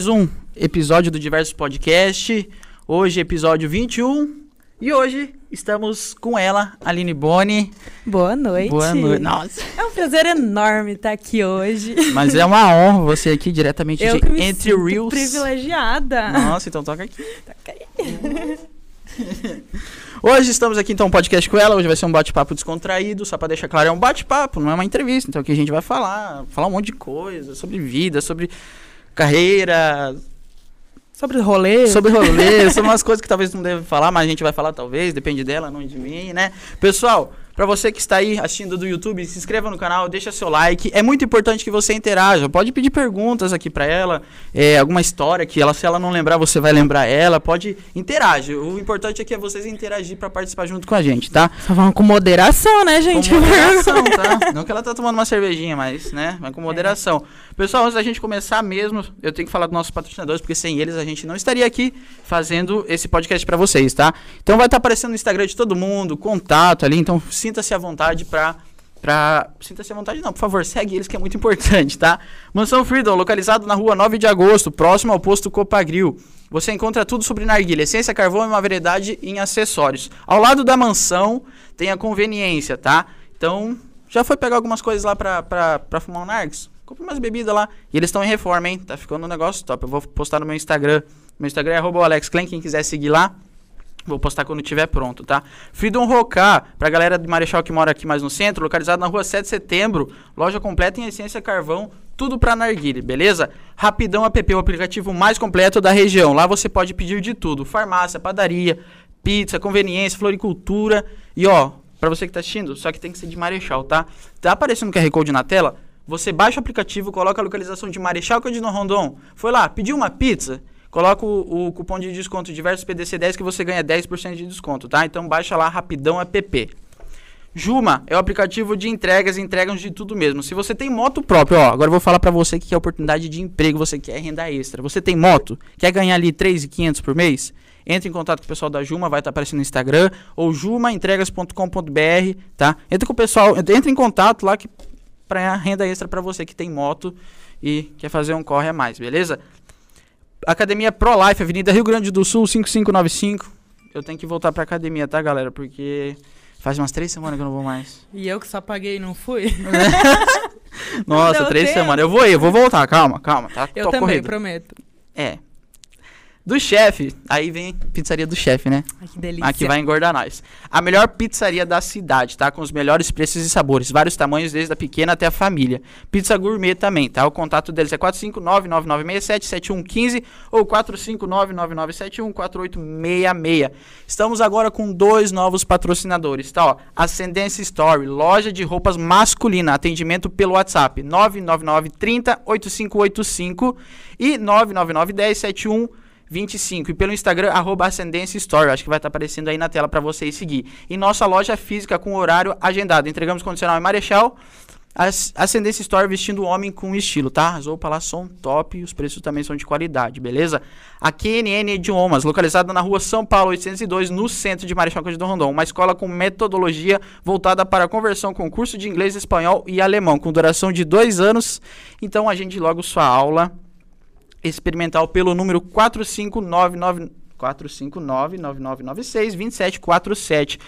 mais um episódio do Diversos Podcast. Hoje, episódio 21. E hoje estamos com ela, Aline Boni. Boa noite. Boa noite. Nossa. É um prazer enorme estar aqui hoje. Mas é uma honra você aqui diretamente Eu de que me Entre sinto Reels. privilegiada. Nossa, então toca aqui. Hoje estamos aqui então um podcast com ela. Hoje vai ser um bate-papo descontraído, só pra deixar claro, é um bate-papo, não é uma entrevista. Então aqui a gente vai falar, falar um monte de coisa sobre vida, sobre carreira, Sobre rolê. sobre rolê, sobre umas coisas que talvez não deve falar, mas a gente vai falar talvez, depende dela, não de mim, né? Pessoal, pra você que está aí assistindo do YouTube, se inscreva no canal, deixa seu like. É muito importante que você interaja. Pode pedir perguntas aqui pra ela, é, alguma história que ela, se ela não lembrar, você vai lembrar ela. Pode interagir. O importante aqui é vocês interagir pra participar junto com a gente, tá? Só falando com moderação, né, Com gente? moderação, tá? Não que ela tá tomando uma cervejinha, mas, né? Mas com moderação. Pessoal, antes da gente começar mesmo, eu tenho que falar dos nossos patrocinadores, porque sem eles a gente não estaria aqui fazendo esse podcast pra vocês, tá? Então vai estar aparecendo no Instagram de todo mundo, contato ali, então sinta-se à vontade pra. Pra... Sinta-se à vontade, não, por favor, segue eles que é muito importante, tá? Mansão Freedom, localizado na rua 9 de agosto, próximo ao posto Copagril. Você encontra tudo sobre narguilha, essência, carvão e uma variedade em acessórios. Ao lado da mansão tem a conveniência, tá? Então, já foi pegar algumas coisas lá pra, pra, pra fumar um narguis? Compre umas bebidas lá. E eles estão em reforma, hein? Tá ficando um negócio top. Eu vou postar no meu Instagram. Meu Instagram é arroba Alex Klein, quem quiser seguir lá. Vou postar quando tiver pronto, tá? Freedom Rocar, pra galera de Marechal que mora aqui mais no centro, localizado na rua 7 de setembro, loja completa em essência carvão, tudo pra narguile, beleza? Rapidão App, o aplicativo mais completo da região. Lá você pode pedir de tudo: farmácia, padaria, pizza, conveniência, floricultura. E ó, pra você que tá assistindo, só que tem que ser de Marechal, tá? Tá aparecendo o QR Code na tela? Você baixa o aplicativo, coloca a localização de Marechal Candino Rondon. Foi lá, pediu uma pizza? Coloca o, o cupom de desconto diversos PDC10 que você ganha 10% de desconto, tá? Então baixa lá rapidão app. Juma é o aplicativo de entregas, entregam de tudo mesmo. Se você tem moto própria, ó, agora eu vou falar pra você que é oportunidade de emprego, você quer renda extra. Você tem moto, quer ganhar ali 3.500 por mês? Entre em contato com o pessoal da Juma, vai estar aparecendo no Instagram ou jumaentregas.com.br, tá? Entra com o pessoal, entra em contato lá que pra renda extra pra você que tem moto e quer fazer um corre a mais, beleza? Academia Pro Life, Avenida Rio Grande do Sul, 5595. Eu tenho que voltar pra academia, tá, galera? Porque faz umas três semanas que eu não vou mais. E eu que só paguei e não fui? Nossa, deu três tempo. semanas. Eu vou ir, eu vou voltar. Calma, calma. Tá, Eu tô também, corrido. prometo. É. Do chefe, aí vem pizzaria do chefe, né? Ai, que delícia. Aqui vai engordar nós. A melhor pizzaria da cidade, tá? Com os melhores preços e sabores. Vários tamanhos, desde a pequena até a família. Pizza gourmet também, tá? O contato deles é 459-9967-7115 ou 459-9971-4866. Estamos agora com dois novos patrocinadores, tá? Ó, Ascendência Story, loja de roupas masculina. Atendimento pelo WhatsApp 999 30 8585 e 999 10 71 25 um, e pelo Instagram arroba Ascendência Story, acho que vai estar aparecendo aí na tela para vocês seguir. E nossa loja física com horário agendado. Entregamos condicional em Marechal. As- Ascendência Story vestindo homem com estilo, tá? As roupas lá são top e os preços também são de qualidade, beleza? A QNN Idiomas, localizada na rua São Paulo 802, no centro de Marechal Cândido Rondon. Uma escola com metodologia voltada para a conversão com curso de inglês, espanhol e alemão, com duração de dois anos. Então agende logo sua aula experimental pelo número 45999 459-9996-2747.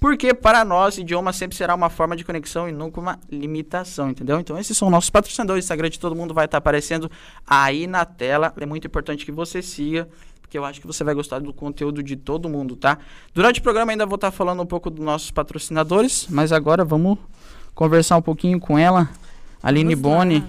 Porque para nós, idioma sempre será uma forma de conexão e nunca uma limitação, entendeu? Então esses são nossos patrocinadores, o Instagram de todo mundo vai estar aparecendo aí na tela. É muito importante que você siga, porque eu acho que você vai gostar do conteúdo de todo mundo, tá? Durante o programa ainda vou estar falando um pouco dos nossos patrocinadores, mas agora vamos conversar um pouquinho com ela, Aline Vamos lá. Boni.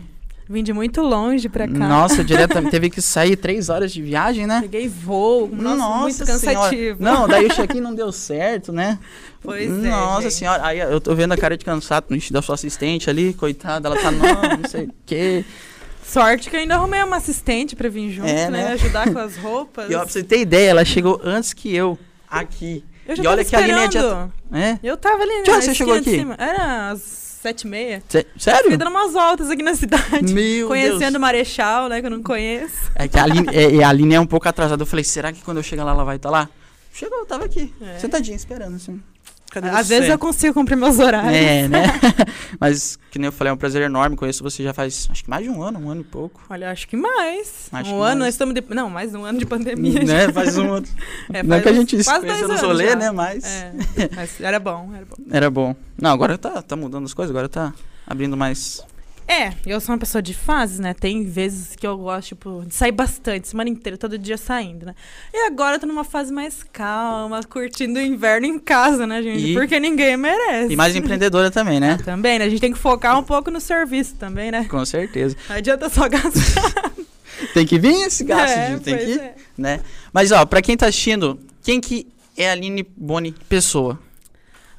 Vim de muito longe pra cá. Nossa, diretamente. Teve que sair três horas de viagem, né? Peguei voo. Nossa, muito senhora. cansativo. Não, daí eu cheguei e não deu certo, né? Pois é, Nossa gente. senhora. Aí eu tô vendo a cara de cansado ixi, da sua assistente ali, coitada. Ela tá, não, não sei o quê. Sorte que eu ainda arrumei uma assistente pra vir junto, É, né? né? Me ajudar com as roupas. E ó, pra você ter ideia, ela chegou antes que eu aqui. Eu já e olha tava que a linha de. esperando. É? Eu tava ali, né? Que hora na você chegou esquina de aqui? cima. Era às sete e meia. Sé- Fiquei Sério? dando umas voltas aqui na cidade. Meu Conhecendo Deus. o Marechal, né? Que eu não conheço. É que a Aline é, é, a Aline é um pouco atrasada. Eu falei, será que quando eu chegar lá, ela vai estar lá? Chegou, eu tava aqui. É. Sentadinha, esperando, assim. cadê Às você? vezes eu consigo cumprir meus horários. É, né? Mas, que nem eu falei, é um prazer enorme. Conheço você já faz, acho que mais de um ano, um ano e pouco. Olha, acho que mais. Acho um que ano, mais. nós estamos. De... Não, mais um ano de pandemia. Né? já. Faz um ano. É, Não é faz que a uns- gente se quase conheceu dois nos anos rolê, já. né? Mas É, mas era bom, era bom. era bom. Não, agora tá, tá mudando as coisas, agora tá abrindo mais. É, eu sou uma pessoa de fases, né? Tem vezes que eu gosto, tipo, de sair bastante, semana inteira, todo dia saindo, né? E agora eu tô numa fase mais calma, curtindo o inverno em casa, né, gente? E- Porque ninguém merece. E mais empreendedora também, né? Também, né? A gente tem que focar um pouco no serviço também, né? Com certeza. Não adianta só gastar. Tem que vir esse gasto, gente, tem pois que ir, é. né? Mas, ó, pra quem tá assistindo, quem que é a Aline Boni pessoa?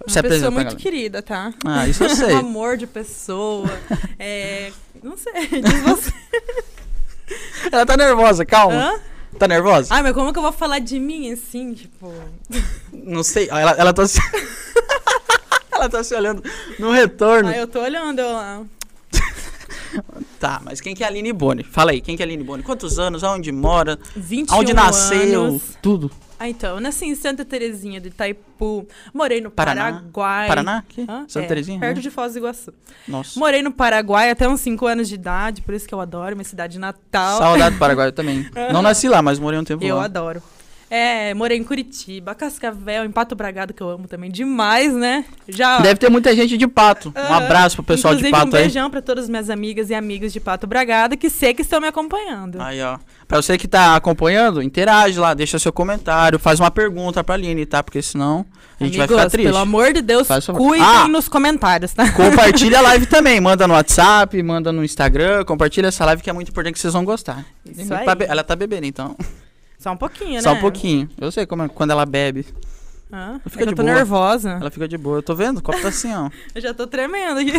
Se Uma apresenta pessoa pra muito galera. querida, tá? Ah, isso eu sei. um amor de pessoa. é... Não sei, diz Tá você. Ela tá nervosa, calma. Hã? Tá nervosa? Ai, mas como que eu vou falar de mim assim, tipo... Não sei. Ah, Ela, ela tá se... ela tá se olhando no retorno. Ai, eu tô olhando, eu... Tá, mas quem que é a Aline Boni? Fala aí, quem que é a Aline Boni? Quantos anos? Aonde mora? 21 Aonde nasceu? anos. Tudo. Ah, então, eu nasci em Santa Terezinha do Itaipu, morei no Paraná? Paraguai. Paraná? Aqui? Hã? Santa É, Terezinha? Perto né? de Foz do Iguaçu. Nossa. Morei no Paraguai até uns 5 anos de idade, por isso que eu adoro, minha cidade natal. Saudade do Paraguai eu também. Não nasci lá, mas morei um tempo Eu lá. adoro. É, morei em Curitiba, Cascavel, Empato Bragado, que eu amo também demais, né? Já. Deve ter muita gente de pato. Um Aham. abraço pro pessoal Inclusive, de pato um aí. beijão pra todas as minhas amigas e amigos de Pato Bragado, que sei que estão me acompanhando. Aí, ó. Pra você que tá acompanhando, interage lá, deixa seu comentário, faz uma pergunta pra Aline, tá? Porque senão a gente vai Amigos, ficar triste. Pelo amor de Deus, Faz favor. cuidem Ah! nos comentários, tá? Compartilha a live também, manda no WhatsApp, manda no Instagram, compartilha essa live que é muito importante que vocês vão gostar. Isso aí. Tá be- Ela tá bebendo, então. Só um pouquinho, né? Só um pouquinho. Eu sei como é, quando ela bebe. Ah, Fica é de que eu tô boa. nervosa. Ela fica de boa. Eu tô vendo, o copo tá assim, ó. Eu já tô tremendo aqui.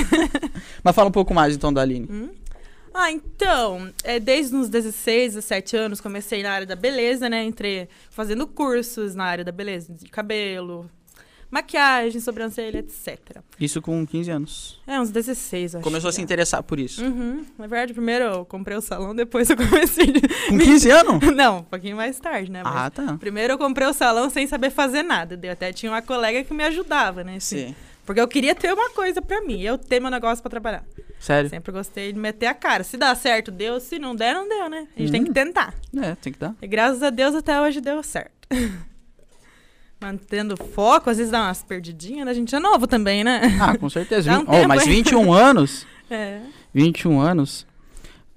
Mas fala um pouco mais então da Aline. ah, então, é, desde uns 16, 17 anos, comecei na área da beleza, né? Entrei fazendo cursos na área da beleza, de cabelo, maquiagem, sobrancelha, etc. Isso com 15 anos. É, uns 16, eu acho. Começou a se que é. interessar por isso. Uhum. Na verdade, primeiro eu comprei o salão, depois eu comecei. de- Com 15 anos? Não, um pouquinho mais tarde, né? Mas Ah, tá. Primeiro eu comprei o salão sem saber fazer nada. Eu até tinha uma colega que me ajudava, né? assim. Sim. Porque eu queria ter uma coisa pra mim, eu ter meu negócio pra trabalhar. Sério? Sempre gostei de meter a cara. Se dá certo, deu. Se não der, não deu, né? A gente tem que tentar. É, tem que dar. E graças a Deus até hoje deu certo. Mantendo foco, às vezes dá umas perdidinhas, né? A gente é novo também, né? Ah, com certeza. Dá um Vin- tempo, oh, mas hein? 21 anos. É. 21 anos.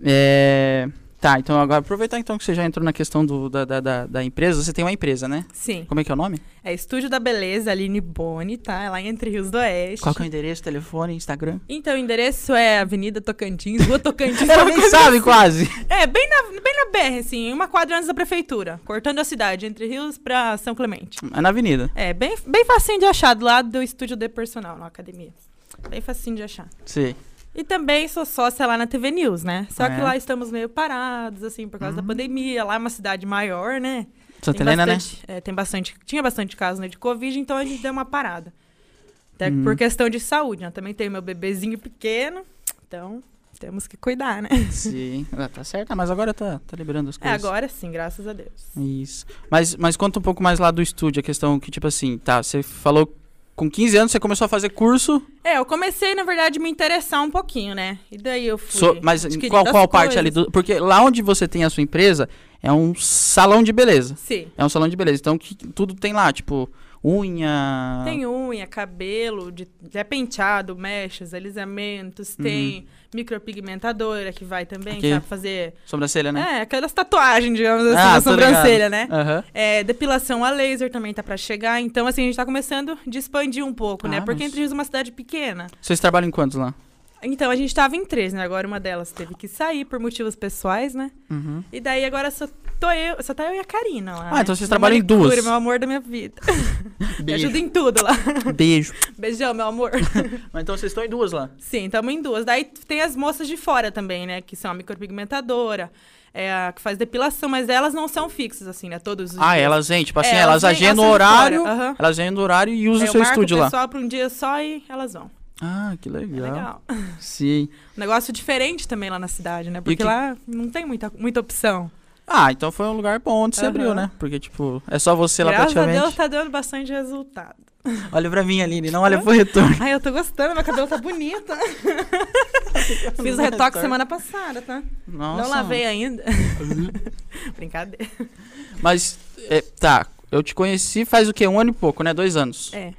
É. Tá, então agora aproveitar então que você já entrou na questão do, da, da, da- da empresa. Você tem uma empresa, né? Sim. Como é que é o nome? É Estúdio da Beleza, Aline Boni, tá? É lá em Entre Rios do Oeste. Qual que é o endereço, telefone, Instagram? Então, o endereço é Avenida Tocantins, Rua Tocantins. Ela nem sabe quase. É, bem na, bem na BR, assim, uma quadra antes da prefeitura, cortando a cidade, Entre Rios pra São Clemente. É na avenida. É, bem, bem facinho de achar, do lado do Estúdio de Personal, na academia. Bem facinho de achar. Sim. E também sou sócia lá na TV News, né? Só Ah, que é? lá estamos meio parados, assim, por causa da pandemia. Lá é uma cidade maior, né? Santa Helena, né? bastante, é, tem bastante, tinha bastante caso né, de Covid, então a gente deu uma parada. Até Uhum. por questão de saúde, né? Também tenho meu bebezinho pequeno, então temos que cuidar, né? Sim. Ah, tá certo, Ah, mas agora tá, tá liberando as É, coisas. agora sim, graças a Deus. Isso. Mas, mas conta um pouco mais lá do estúdio, a questão que, tipo assim, tá, você falou com 15 anos, você começou a fazer curso, É, eu comecei, na verdade, a me interessar um pouquinho, né? E daí eu fui. so- mas em adquirindo qual, as qual parte ali coisas. do. Porque lá onde você tem a sua empresa é um salão de beleza. Sim. É um salão de beleza. Então que, tudo tem lá, tipo, unha. Tem unha, cabelo, de, é penteado, mechas, alisamentos, tem micropigmentadora que vai também, Uhum. Aqui. que dá pra fazer. Sobrancelha, né? É, aquelas tatuagens, digamos assim, Ah, na tô sobrancelha, ligado. né? Aham. É, depilação a laser também tá pra chegar. Então, assim, a gente tá começando de expandir um pouco, né? Ah, Porque mas- Entre Rios é uma cidade pequena. Vocês trabalham em quantos lá? Então, a gente tava em três, né? Agora uma delas teve que sair por motivos pessoais, né? Uhum. E daí agora só tô eu, só tá eu e a Karina lá. Ah, né? então vocês Na trabalham em manicure, duas. meu amor da minha vida. Me ajuda em tudo lá. Beijo. Beijão, meu amor. Mas então vocês estão em duas lá. Sim, estamos em duas. Daí tem as moças de fora também, né? Que são a micropigmentadora, é a que faz depilação, mas elas não são fixas, assim, né? Todos os Ah, dias. elas vêm, tipo assim, É, elas, elas vêm, agendam o elas vêm horário. fora, aham. Elas agendam o horário e usam É, o eu seu marco estúdio o lá. pessoal pra um dia só e elas vão. Ah, que legal. É legal. Sim. Um negócio diferente também lá na cidade, né? que- Porque lá não tem muita, muita opção. Ah, então foi um lugar bom onde você abriu, Aham. né? Porque, tipo, é só você lá Graças a praticamente. Deus tá dando bastante resultado. Olha pra mim, Aline, não olha pro retorno. Ai, eu tô gostando, meu cabelo tá bonito. Fiz o retoque semana passada, tá? Nossa. Não lavei ainda. Brincadeira. Mas, é, tá, eu te conheci faz o quê? Um ano e pouco, né? Dois anos. É.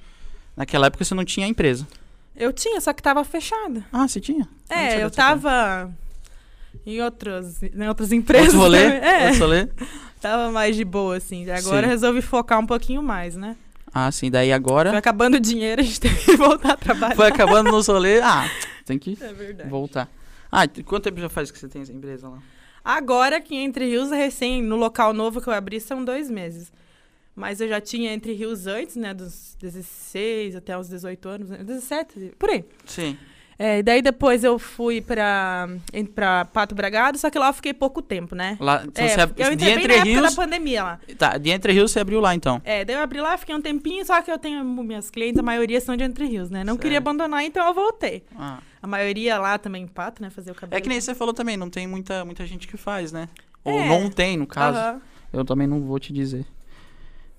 Naquela época você não tinha empresa. Eu tinha, só que tava fechada. Ah, você tinha? não É, sabia eu dessa coisa. tava em outras, em outras Outro empresas. rolê? também. É, Outro rolê? tava mais de boa, assim. Agora Sim. eu resolvi focar um pouquinho mais, né? Ah, sim. Daí Foi agora acabando o dinheiro, a gente teve que voltar a trabalhar. foi acabando nos rolês. Ah, tem que É verdade. voltar. Ah, e quanto tempo já faz que você tem essa empresa lá? Agora que Entre Rios, recém, no local novo que eu abri, são dois meses. Mas eu já tinha Entre Rios antes, né? Dos 16 até os 18 anos, né, 17, por aí. Sim. É, e daí depois eu fui pra, em- pra Pato Bragado, só que lá eu fiquei pouco tempo, né? Lá, então É, você ab- de eu entrei bem na Entre época Rios. da pandemia lá. Tá, de Entre Rios você abriu lá então. É, daí eu abri lá, fiquei um tempinho, só que eu tenho minhas clientes, a maioria são de Entre Rios, né? Não Certo. queria abandonar, então eu voltei. Ah. A maioria lá também em Pato, né? Fazer o cabelo. É que nem você falou também, não tem muita, muita gente que faz, né? É. Ou não tem, no caso. Aham. Eu também não vou te dizer.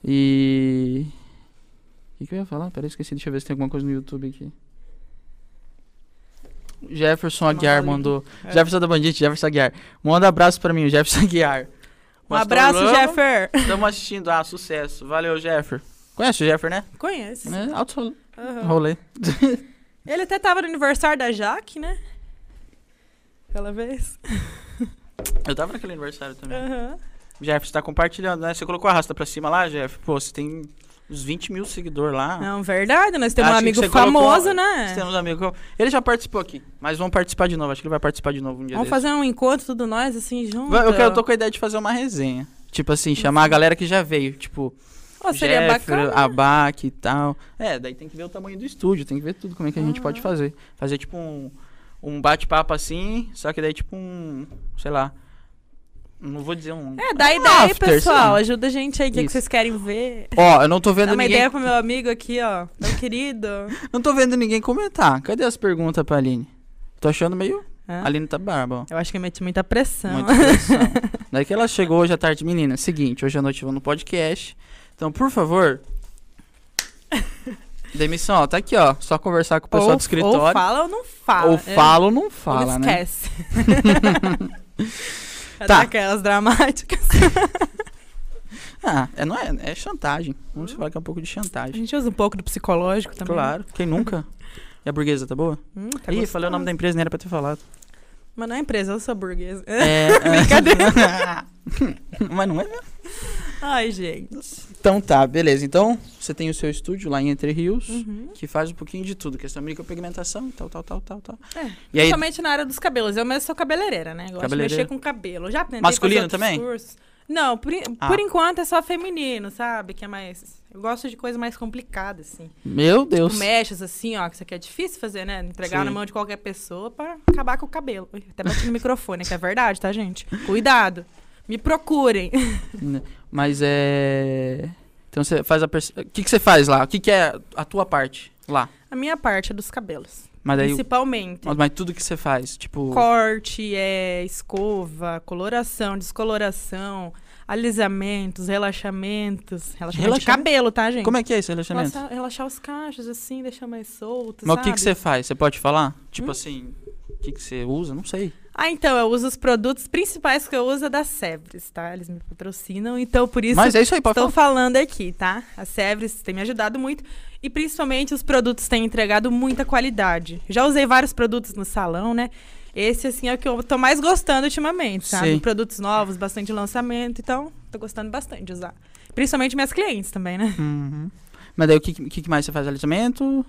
E. O que, que eu ia falar? Peraí, esqueci. Deixa eu ver se tem alguma coisa no YouTube aqui. Jefferson Uma Aguiar roda de- mandou. É. Jefferson da Bandite, Jefferson Aguiar. Manda abraço pra mim, o Jefferson Aguiar. Um abraço, Jeffer! Estamos assistindo. Ah, sucesso. Valeu, Jeffer. Conhece o Jeffer, né? Conhece. É, alto Aham. rolê. Ele até tava no aniversário da Jaque, né? Aquela vez. Eu tava naquele aniversário também. Aham. Jefferson, tá compartilhando, né? Você colocou a rasta pra cima lá, Jeff? Pô, você tem uns 20 mil seguidores lá. Não, verdade. Nós temos um Ah. Acho que amigo você famoso, colocou- né? Nós temos um amigo. Ele já participou aqui, mas vamos participar de novo. Acho que ele vai participar de novo um dia Vamos desse. fazer um encontro, tudo nós, assim, junto. Vai- Eu, quero- eu tô com a ideia de fazer uma resenha. Tipo assim, chamar a galera que já veio. Tipo, Ó, seria Jeffro, bacana. né? Abac e tal. É, daí tem que ver o tamanho do estúdio, tem que ver tudo, como é que a gente Ah. pode fazer. Fazer tipo um, um bate-papo assim, só que daí tipo um, sei lá, não vou dizer um... É, dá ideia aí, after, pessoal. sim. Ajuda a gente aí, o que, que Isso. vocês querem ver. Ó, eu não tô Dá vendo uma ninguém... ideia pro meu amigo aqui, ó. Meu querido. Não tô vendo ninguém comentar. Cadê as perguntas pra Aline? Tô achando meio... Hã? Aline tá barba, ó. Eu acho que eu meti muita pressão. Muita pressão. Daí que ela chegou hoje à tarde, menina. é Seguinte, hoje à noite eu vou no podcast. Então, por favor. Demissão, ó, tá aqui, ó. Só conversar com o pessoal ou, do escritório. ou fala ou não fala. Ou fala ou não É, ou fala, né? esquece. Tá. tá. Aquelas dramáticas. Ah, é, não é, é chantagem. Vamos falar que é um pouco de A chantagem. gente usa um pouco do psicológico também. né? Claro, quem nunca? E a burguesa, tá boa? Hum, tá Ih, gostoso. falei o nome da empresa, nem era pra ter falado. Mas não é empresa, eu sou burguesa. É, brincadeira. Mas não é mesmo? Ai, gente. Então tá, beleza. Então, você tem o seu estúdio lá em Entre Rios. Uhum. que faz um pouquinho de tudo, questão de micropigmentação, tal, tal, tal, tal, tal. É, E aí, Principalmente na área dos cabelos. Eu mesmo sou cabeleireira, né? Gosto de Cabeleireira. mexer com cabelo. Eu Já tentei Masculino fazer outros também? cursos. Não, por, en- Ah. por enquanto é só feminino, sabe? Que é mais. Eu gosto de coisa mais complicada, assim. meu Deus. Mechas, assim, ó, que isso aqui é difícil fazer, né? Entregar Sim. na mão de qualquer pessoa pra acabar com o cabelo. Ui, Até bati no microfone, que é verdade, tá, gente? Cuidado. Me procurem. Né? Mas é. Então você faz a. perce- O que, que você faz lá? O que, que é a tua parte lá? A minha parte é dos cabelos. Mas aí. Principalmente. Mas tudo que você faz, tipo. corte, é, escova, coloração, descoloração, alisamentos, relaxamentos. Relaxamento, Relaxamento? de cabelo, tá, gente? Como é que é esse relaxamento? Relaxar, relaxar os cachos, assim, deixar mais solto, Mas o sabe? que, que você faz? Você pode falar? Tipo Hum? assim. O que, que você usa? Não sei. Ah, então, eu uso os produtos principais que eu uso é da Sebres, tá? Eles me patrocinam, então por isso Mas é isso aí, pode estou falar. falando aqui, tá? A Sebres tem me ajudado muito e principalmente os produtos têm entregado muita qualidade. Já usei vários produtos no salão, né? Esse, assim, é o que eu tô mais gostando ultimamente, sabe? Sei. Produtos novos, bastante lançamento, então tô gostando bastante de usar. Principalmente minhas clientes também, né? Uhum. Mas daí o que, que que mais você faz? Alisamento?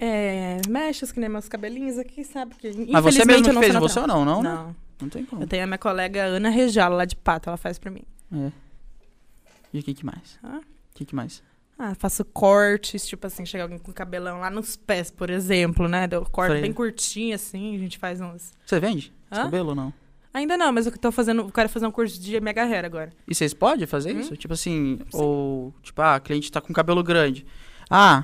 É, mechas, que nem meus cabelinhos aqui, sabe? Que, Mas Ah, você infelizmente, mesmo que eu não fez sou você ou natural. não? Não, né? Não. não tem como. Eu tenho a minha colega Ana Rejala, lá de Pato, ela faz pra mim. É. E o que, que mais? Hã? O que, que mais? Ah, faço cortes, tipo assim, chega alguém com cabelão lá nos pés, por exemplo, né? Eu corto Sei. bem curtinho, assim, a gente faz uns. Você vende? Esse Hã? cabelo ou não? Ainda não, mas eu tô fazendo. Eu quero fazer um curso de mega hair agora. E vocês podem fazer Hum? isso? Tipo assim, ou tipo, ah, cliente tá com cabelo grande. Ah,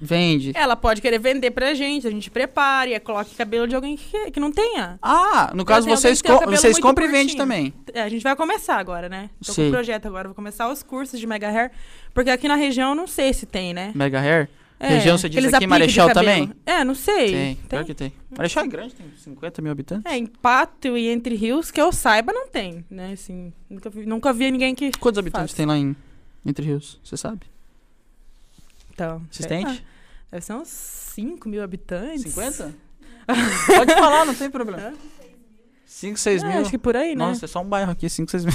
Vende. Ela pode querer vender pra gente, a gente prepara e coloca cabelo de alguém que, que não tenha. Ah, no caso tenho alguém vocês, que tem o co- cabelo vocês muito compram e vendem curtinho. também. É, a gente vai começar agora, né? Tô com Sim. um projeto agora, vou começar os cursos de Mega Hair, porque aqui na região eu não sei se tem, né? Mega Hair? É, Região, você diz aqueles aqui em apliques de Marechal cabelo. também? É, não sei. Tem, Tem? Hum. pior que tem. Marechal é grande, tem 50 mil habitantes. É, em Pato e Entre Rios, que eu saiba, não tem, né? Assim, nunca vi, nunca vi ninguém que... Quantos habitantes Fácil. tem lá em Entre Rios? Você sabe? Então, sei lá. Assistente? Deve ser uns 5 mil habitantes. 50? Pode falar, não tem problema. 5, 6 É, mil? Acho que por aí, né? Nossa, é só um bairro aqui, 5, 6 mil.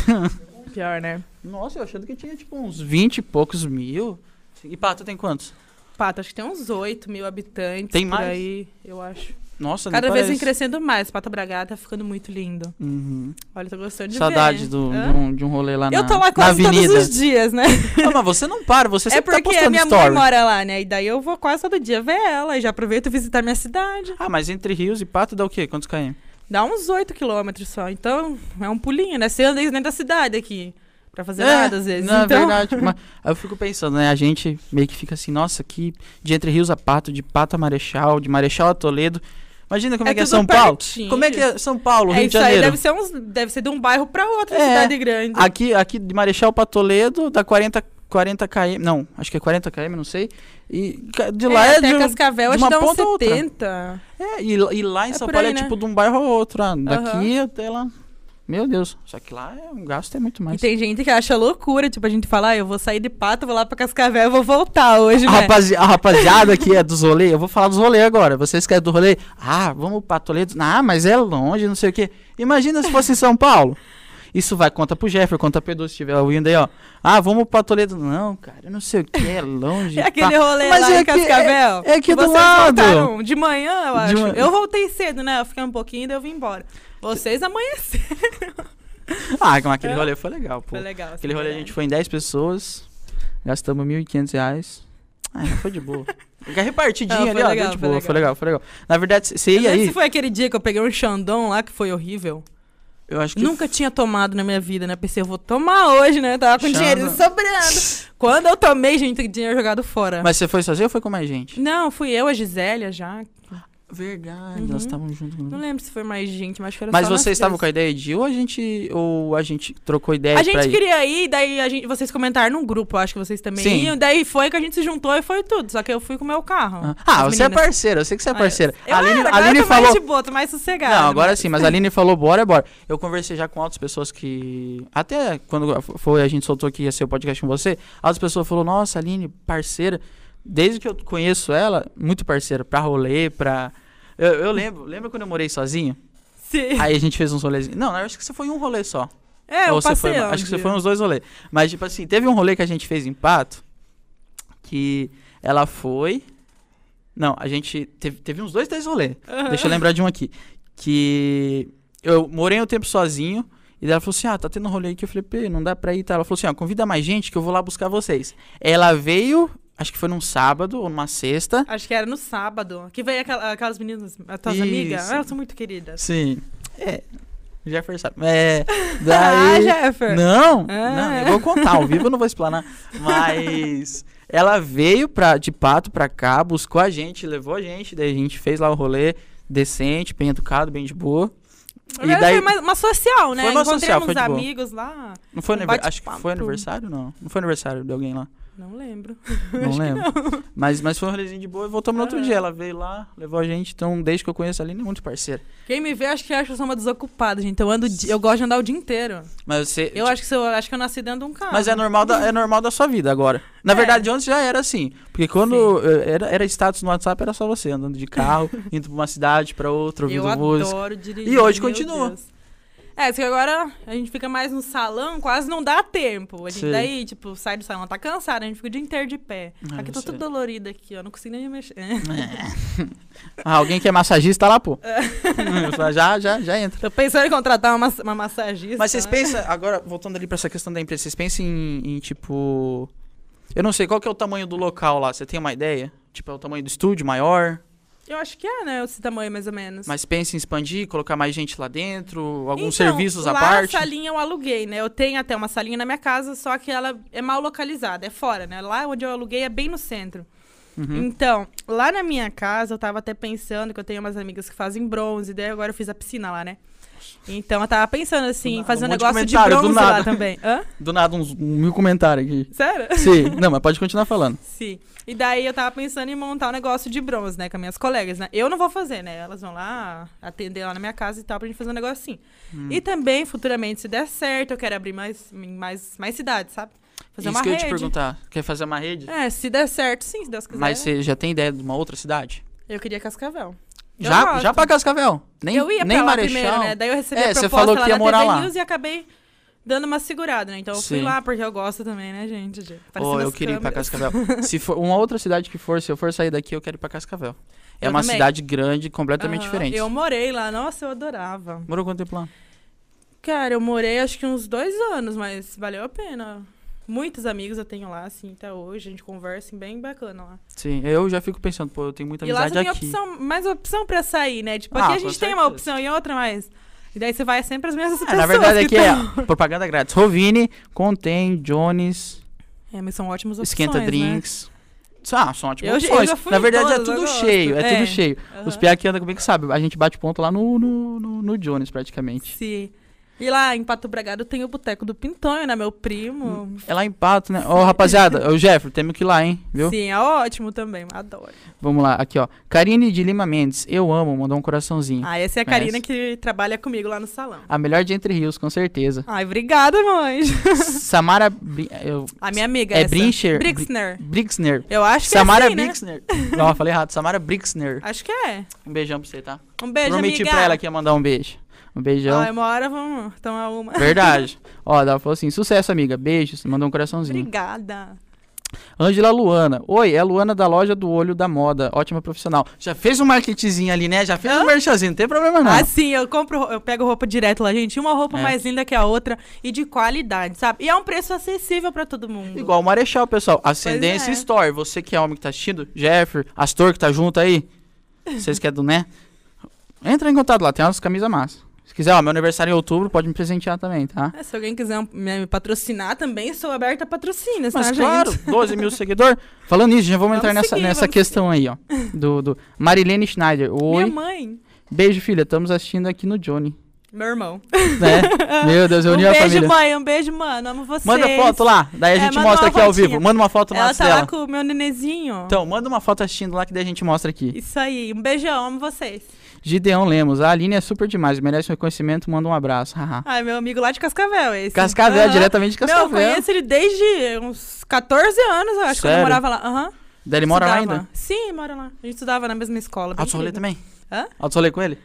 Pior, né? Nossa, eu achando que tinha tipo uns 20 e poucos mil. E pá, tu tem quantos? Pato, acho que tem uns 8 mil habitantes Tem por mais? aí, eu acho. Nossa, Cada nem vez vem parece. crescendo mais. Pato Bragado tá ficando muito lindo. Uhum. Olha, eu tô gostando de Saudade ver. do, de, É Hã? um, de um rolê lá na, Eu tô lá na quase avenida. todos os dias, né? Ah, mas você não para, você É sempre tá porque postando minha story. mãe mora lá, né? E daí eu vou quase todo dia ver ela e já aproveito visitar minha cidade. Ah, mas entre Rios e Pato dá o quê? Quantos km? Dá uns 8 quilômetros só, então é um pulinho, né? Você anda dentro da cidade aqui pra fazer É, nada às vezes. Na então, verdade, mas eu fico pensando, né? A gente meio que fica assim, nossa, que de Entre Rios a Pato, de Pato a Marechal, de Marechal a Toledo. Imagina como é, É que é tudo São Paulo. pertinho. Como é que é São Paulo, Rio é de isso aí, Janeiro? deve ser, uns, deve ser de um bairro pra outra É, cidade grande. Aqui, aqui de Marechal pra Toledo dá 40, 40 km, não, acho que é 40 km, não sei. E ca- de lá é, até de um- Cascavel, de acho uma que dá uns ponta a outra. 70. é, e, l- e lá em É São por Paulo aí, é né? tipo de um bairro a outro, ah, daqui Aham. até lá. Meu Deus, só que lá é um gasto é muito E mais. tem gente que acha loucura, tipo, a gente fala, ah, eu vou sair de pato, vou lá pra Cascavel, eu vou voltar hoje, A, né? rapazi- a rapaziada que é dos rolê, eu vou falar dos rolê agora. Vocês querem do rolê? Ah, vamos pra Toledo. Ah, mas é longe, não sei o quê. Imagina se fosse em São Paulo. Isso vai, conta pro Jefferson, conta pro Edu, se tiver ouvindo aí, ó. Ah, vamos pra Toledo. Não, cara, eu não sei o que, é longe. É aquele pá. rolê Mas lá é em que- Cascavel. é- é aqui que do vocês lado. voltaram de manhã, eu De acho. manhã. Eu voltei cedo, né? Eu fiquei um pouquinho e daí eu vim embora. Vocês amanheceram. Ah, mas aquele rolê foi legal, pô. É. Foi legal. assim, Aquele rolê a verdade. gente foi em 10 pessoas, gastamos 1.500 reais. Ah, foi de boa. Fica repartidinho Ah, foi ali, ó, deu legal, de foi boa, foi legal, foi legal. Na verdade, você Eu ia lembro aí, se foi aquele dia que eu peguei um Xandão lá, que foi horrível. eu acho que Nunca tinha tomado na minha vida, né? Pensei, eu vou tomar hoje, né? Tava com Xandão. dinheiro sobrando. Quando eu tomei, gente, dinheiro jogado fora. Mas você foi sozinho ou foi com mais gente? Não, fui eu, a Gisélia já. Verdade, Uhum. nós estávamos juntos. Não lembro se foi mais gente, mas acho que era Mas só nós vocês estavam com três. a ideia de ir ou a gente, ou a gente trocou ideia A pra gente ir? queria ir, daí a gente, vocês comentaram num grupo, eu acho que vocês também Sim. iam. Daí foi que a gente se juntou e foi tudo. Só que eu fui com o meu carro. Ah, ah, As você é meninas. parceira, eu sei que você é Ah, parceira. eu a Aline, era, a agora Aline eu tô falou... mais de boa, tô mais sossegada. né? Não, agora mas- sim, mas a Aline falou, bora, bora. Eu conversei já com outras pessoas que. Até quando foi, a gente soltou que ia ser o podcast com você, outras pessoas falaram, nossa, Aline, parceira. Desde que eu conheço ela, muito parceira, pra rolê, pra. Eu, eu lembro, lembra quando eu morei sozinho? Sim. Aí a gente fez uns rolezinhos. Não, eu acho que você foi em um rolê só. É, eu Ou você passei foi, lá um acho que você dia. foi uns dois rolês. Mas, tipo assim, teve um rolê que a gente fez em Pato, que ela foi. Não, a gente. Teve, teve uns dois, três rolês. Aham. Deixa eu lembrar de um aqui. Que eu morei um tempo sozinho. E ela falou assim: Ah, tá tendo um rolê aqui. Eu falei: Pê, não dá pra ir. Tá? Ela falou assim: Ó, convida mais gente que eu vou lá buscar vocês. Ela veio, acho que foi num sábado ou numa sexta. Acho que era no sábado. Que veio aquela- aquelas meninas, as tuas Isso. amigas. Elas são muito queridas. Sim. É. Jefferson sabe. É. Daí. Ah, Jeffer. Não, Ah. não, eu vou contar, ao vivo eu não vou explanar. Mas ela veio pra, de pato pra cá, buscou a gente, levou a gente, daí a gente fez lá o rolê decente, bem educado, bem de boa. Agora e daí- foi mais- uma social, né? Foi uma social, Encontramos foi de boa. amigos lá. Não foi Um aniver- Acho que bate-papo. foi aniversário, não. Não foi aniversário de alguém lá. Não lembro. Não lembro. Mas, mas foi um rolezinho de boa e voltamos no outro Ah. dia. Ela veio lá, levou a gente, então desde que eu conheço a Aline é muito parceira. Quem me vê, acho que acha que eu sou uma desocupada, gente. Eu, ando, o di- eu gosto de andar o dia inteiro. Mas você. Eu acho que, se eu, acho que eu nasci dentro de um carro. Mas é normal, da, é normal da sua vida agora. Na É. verdade, antes já era assim. Porque quando eh, era, era status no WhatsApp, era só você andando de carro, indo pra uma cidade, pra outra, Eu ouvindo música. adoro dirigir. E hoje meu continua. Deus. É, só que agora a gente fica mais no salão, quase não dá tempo. A gente Sei. daí, tipo, sai do salão, tá cansada, a gente fica o dia inteiro de pé. Ah, aqui eu tá sei. tudo dolorido aqui, ó. Não consigo nem mexer. Ah, alguém que é massagista tá lá, pô. já, já, já entra. Tô pensando em contratar uma, mas- uma massagista. Mas vocês né? pensam, agora, voltando ali pra essa questão da empresa, vocês pensam em, em, tipo. Eu não sei, qual que é o tamanho do local lá? Você tem uma ideia? Tipo, é o tamanho do estúdio maior? Eu acho que é, né? Esse tamanho, mais ou menos. Mas pensa em expandir, colocar mais gente lá dentro, alguns Então, serviços à lá parte? A salinha eu aluguei, né? Eu tenho até uma salinha na minha casa, só que ela é mal localizada, é fora, né? Lá onde eu aluguei é bem no centro. Uhum. Então, lá na minha casa, eu tava até pensando que eu tenho umas amigas que fazem bronze, daí agora eu fiz a piscina lá, né? Então eu tava pensando Do assim, nada, fazer um um monte de negócio de comentário, do bronze nada. lá também. Hã? Do nada, uns um mil comentários aqui. Sério? Sim, não, mas pode continuar falando. Sim. E daí eu tava pensando em montar um negócio de bronze, né? Com as minhas colegas, né? Eu não vou fazer, né? Elas vão lá atender lá na minha casa e tal, pra gente fazer um negocinho. Hum. E também, futuramente, se der certo, eu quero abrir mais, mais, mais cidades, sabe? Fazer Isso uma que eu ia te rede. perguntar. Quer fazer uma rede? É, se der certo, sim, se Deus quiser. mas você já tem ideia de uma outra cidade? Eu queria Cascavel. Eu Já, gosto. já pra Cascavel. Nem, eu ia nem pra lá Marechal. primeiro, né? Daí eu recebi É, a você proposta falou que lá ia da morar TV lá. News e acabei dando uma segurada, né? Então eu fui Sim. lá porque eu gosto também, né, gente? De aparecer Pô, nas eu queria ir pra câmeras. Cascavel. se for uma outra cidade que for, se eu for sair daqui, eu quero ir pra Cascavel. É Eu uma também. cidade grande, completamente Aham. é diferente. Eu morei lá, nossa, eu adorava. Morou quanto tempo lá? Cara, eu morei acho que uns dois anos, mas valeu a pena. Muitos amigos eu tenho lá, assim, até hoje. A gente conversa assim, bem bacana lá. Sim, eu já fico pensando, pô, eu tenho muita e lá amizade é você tem aqui. opção, mais opção pra sair, né? Tipo, Ah, aqui a com gente tem uma certeza. opção e outra, mas. E daí você vai é sempre as mesmas Ah, pessoas. na verdade, que aqui tão- é propaganda grátis. Rovini, Contém, Jones, É, mas são ótimas opções. Esquenta né? Drinks. Ah, são ótimas Eu já- eu opções. já fui na em verdade, todas, é eu tudo gosto. cheio, é, É. tudo cheio. Aham. Os piá que andam comigo sabem, a gente bate ponto lá no, no, no, no Jones, praticamente. Sim. E lá em Pato Bragado tem o Boteco do Pintonho, né? Meu primo. É lá em Pato, né? Ó, rapaziada, ô Jeffrey, temos que ir lá, hein? Viu? Sim, é ótimo também. Adoro. Vamos lá, aqui, ó. Karine de Lima Mendes, eu amo, mandou um coraçãozinho. Ah, essa é a Conhece? Karina que trabalha comigo lá no salão. A melhor de Entre Rios, com certeza. Ai, obrigada, mãe. Samara Bri- eu- A minha amiga É essa. Brincher? Brixner. Brixner. Eu acho que Samara é assim, né? Brixner. Não, eu falei errado. Samara Brixner. Acho que é. Um beijão pra você, tá? Um beijo, Prometi amiga. Ah, pra ela que ia mandar um beijo. Um beijão. Ai, uma hora vamos tomar uma. Verdade. Ó, ela falou assim: sucesso, amiga. Beijos. Mandou um coraçãozinho. Obrigada. Ângela Luana. Oi, é a Luana da loja do Olho da Moda. Ótima profissional. Já fez um marketzinho ali, né? Já fez um merchazinho. Não tem problema, não. Ah, sim, eu compro, eu pego roupa direto lá, gente. Uma roupa É. mais linda que a outra e de qualidade, sabe? E é um preço acessível pra todo mundo. Igual o Marechal, pessoal. Ascendência é. Store. Você que é homem que tá assistindo, Jeffrey, Astor que tá junto aí. Vocês que é do né? Entra em contato lá, tem umas camisas massa. Se quiser, ó, meu aniversário em outubro, pode me presentear também, tá? É, se alguém quiser um- me me patrocinar também, sou aberta a patrocínios, Mas tá, claro, gente? 12 mil seguidores. Falando nisso, já vamos Vamos entrar nessa, seguir, nessa vamos questão aí, ó. Do, do Marilene Schneider. Oi. Minha mãe, Beijo, filha. Estamos assistindo aqui no Johnny. meu irmão. Né? Meu Deus, eu um uni a beijo, família. mãe, um beijo, mano. Amo vocês. Manda foto lá, daí a É, gente manda mostra uma aqui ao fotinha. vivo. Manda uma foto Ela massa tá dela. lá com o meu nenezinho. Então, manda uma foto assistindo lá que daí a gente mostra aqui. Isso aí, um beijão, amo vocês. Gideon Lemos, a Aline é super demais, merece um reconhecimento, manda um abraço. haha. Ai, meu amigo lá de Cascavel, esse. Cascavel, é Aham. diretamente de Cascavel. Meu, eu conheço ele desde uns 14 anos, eu acho, que eu Sério? morava lá. Aham. Daí ele mora lá Estudava. ainda? Sim, mora lá. A gente estudava na mesma escola. bem Alto rolê querido. também? Hã? Alto rolê com ele?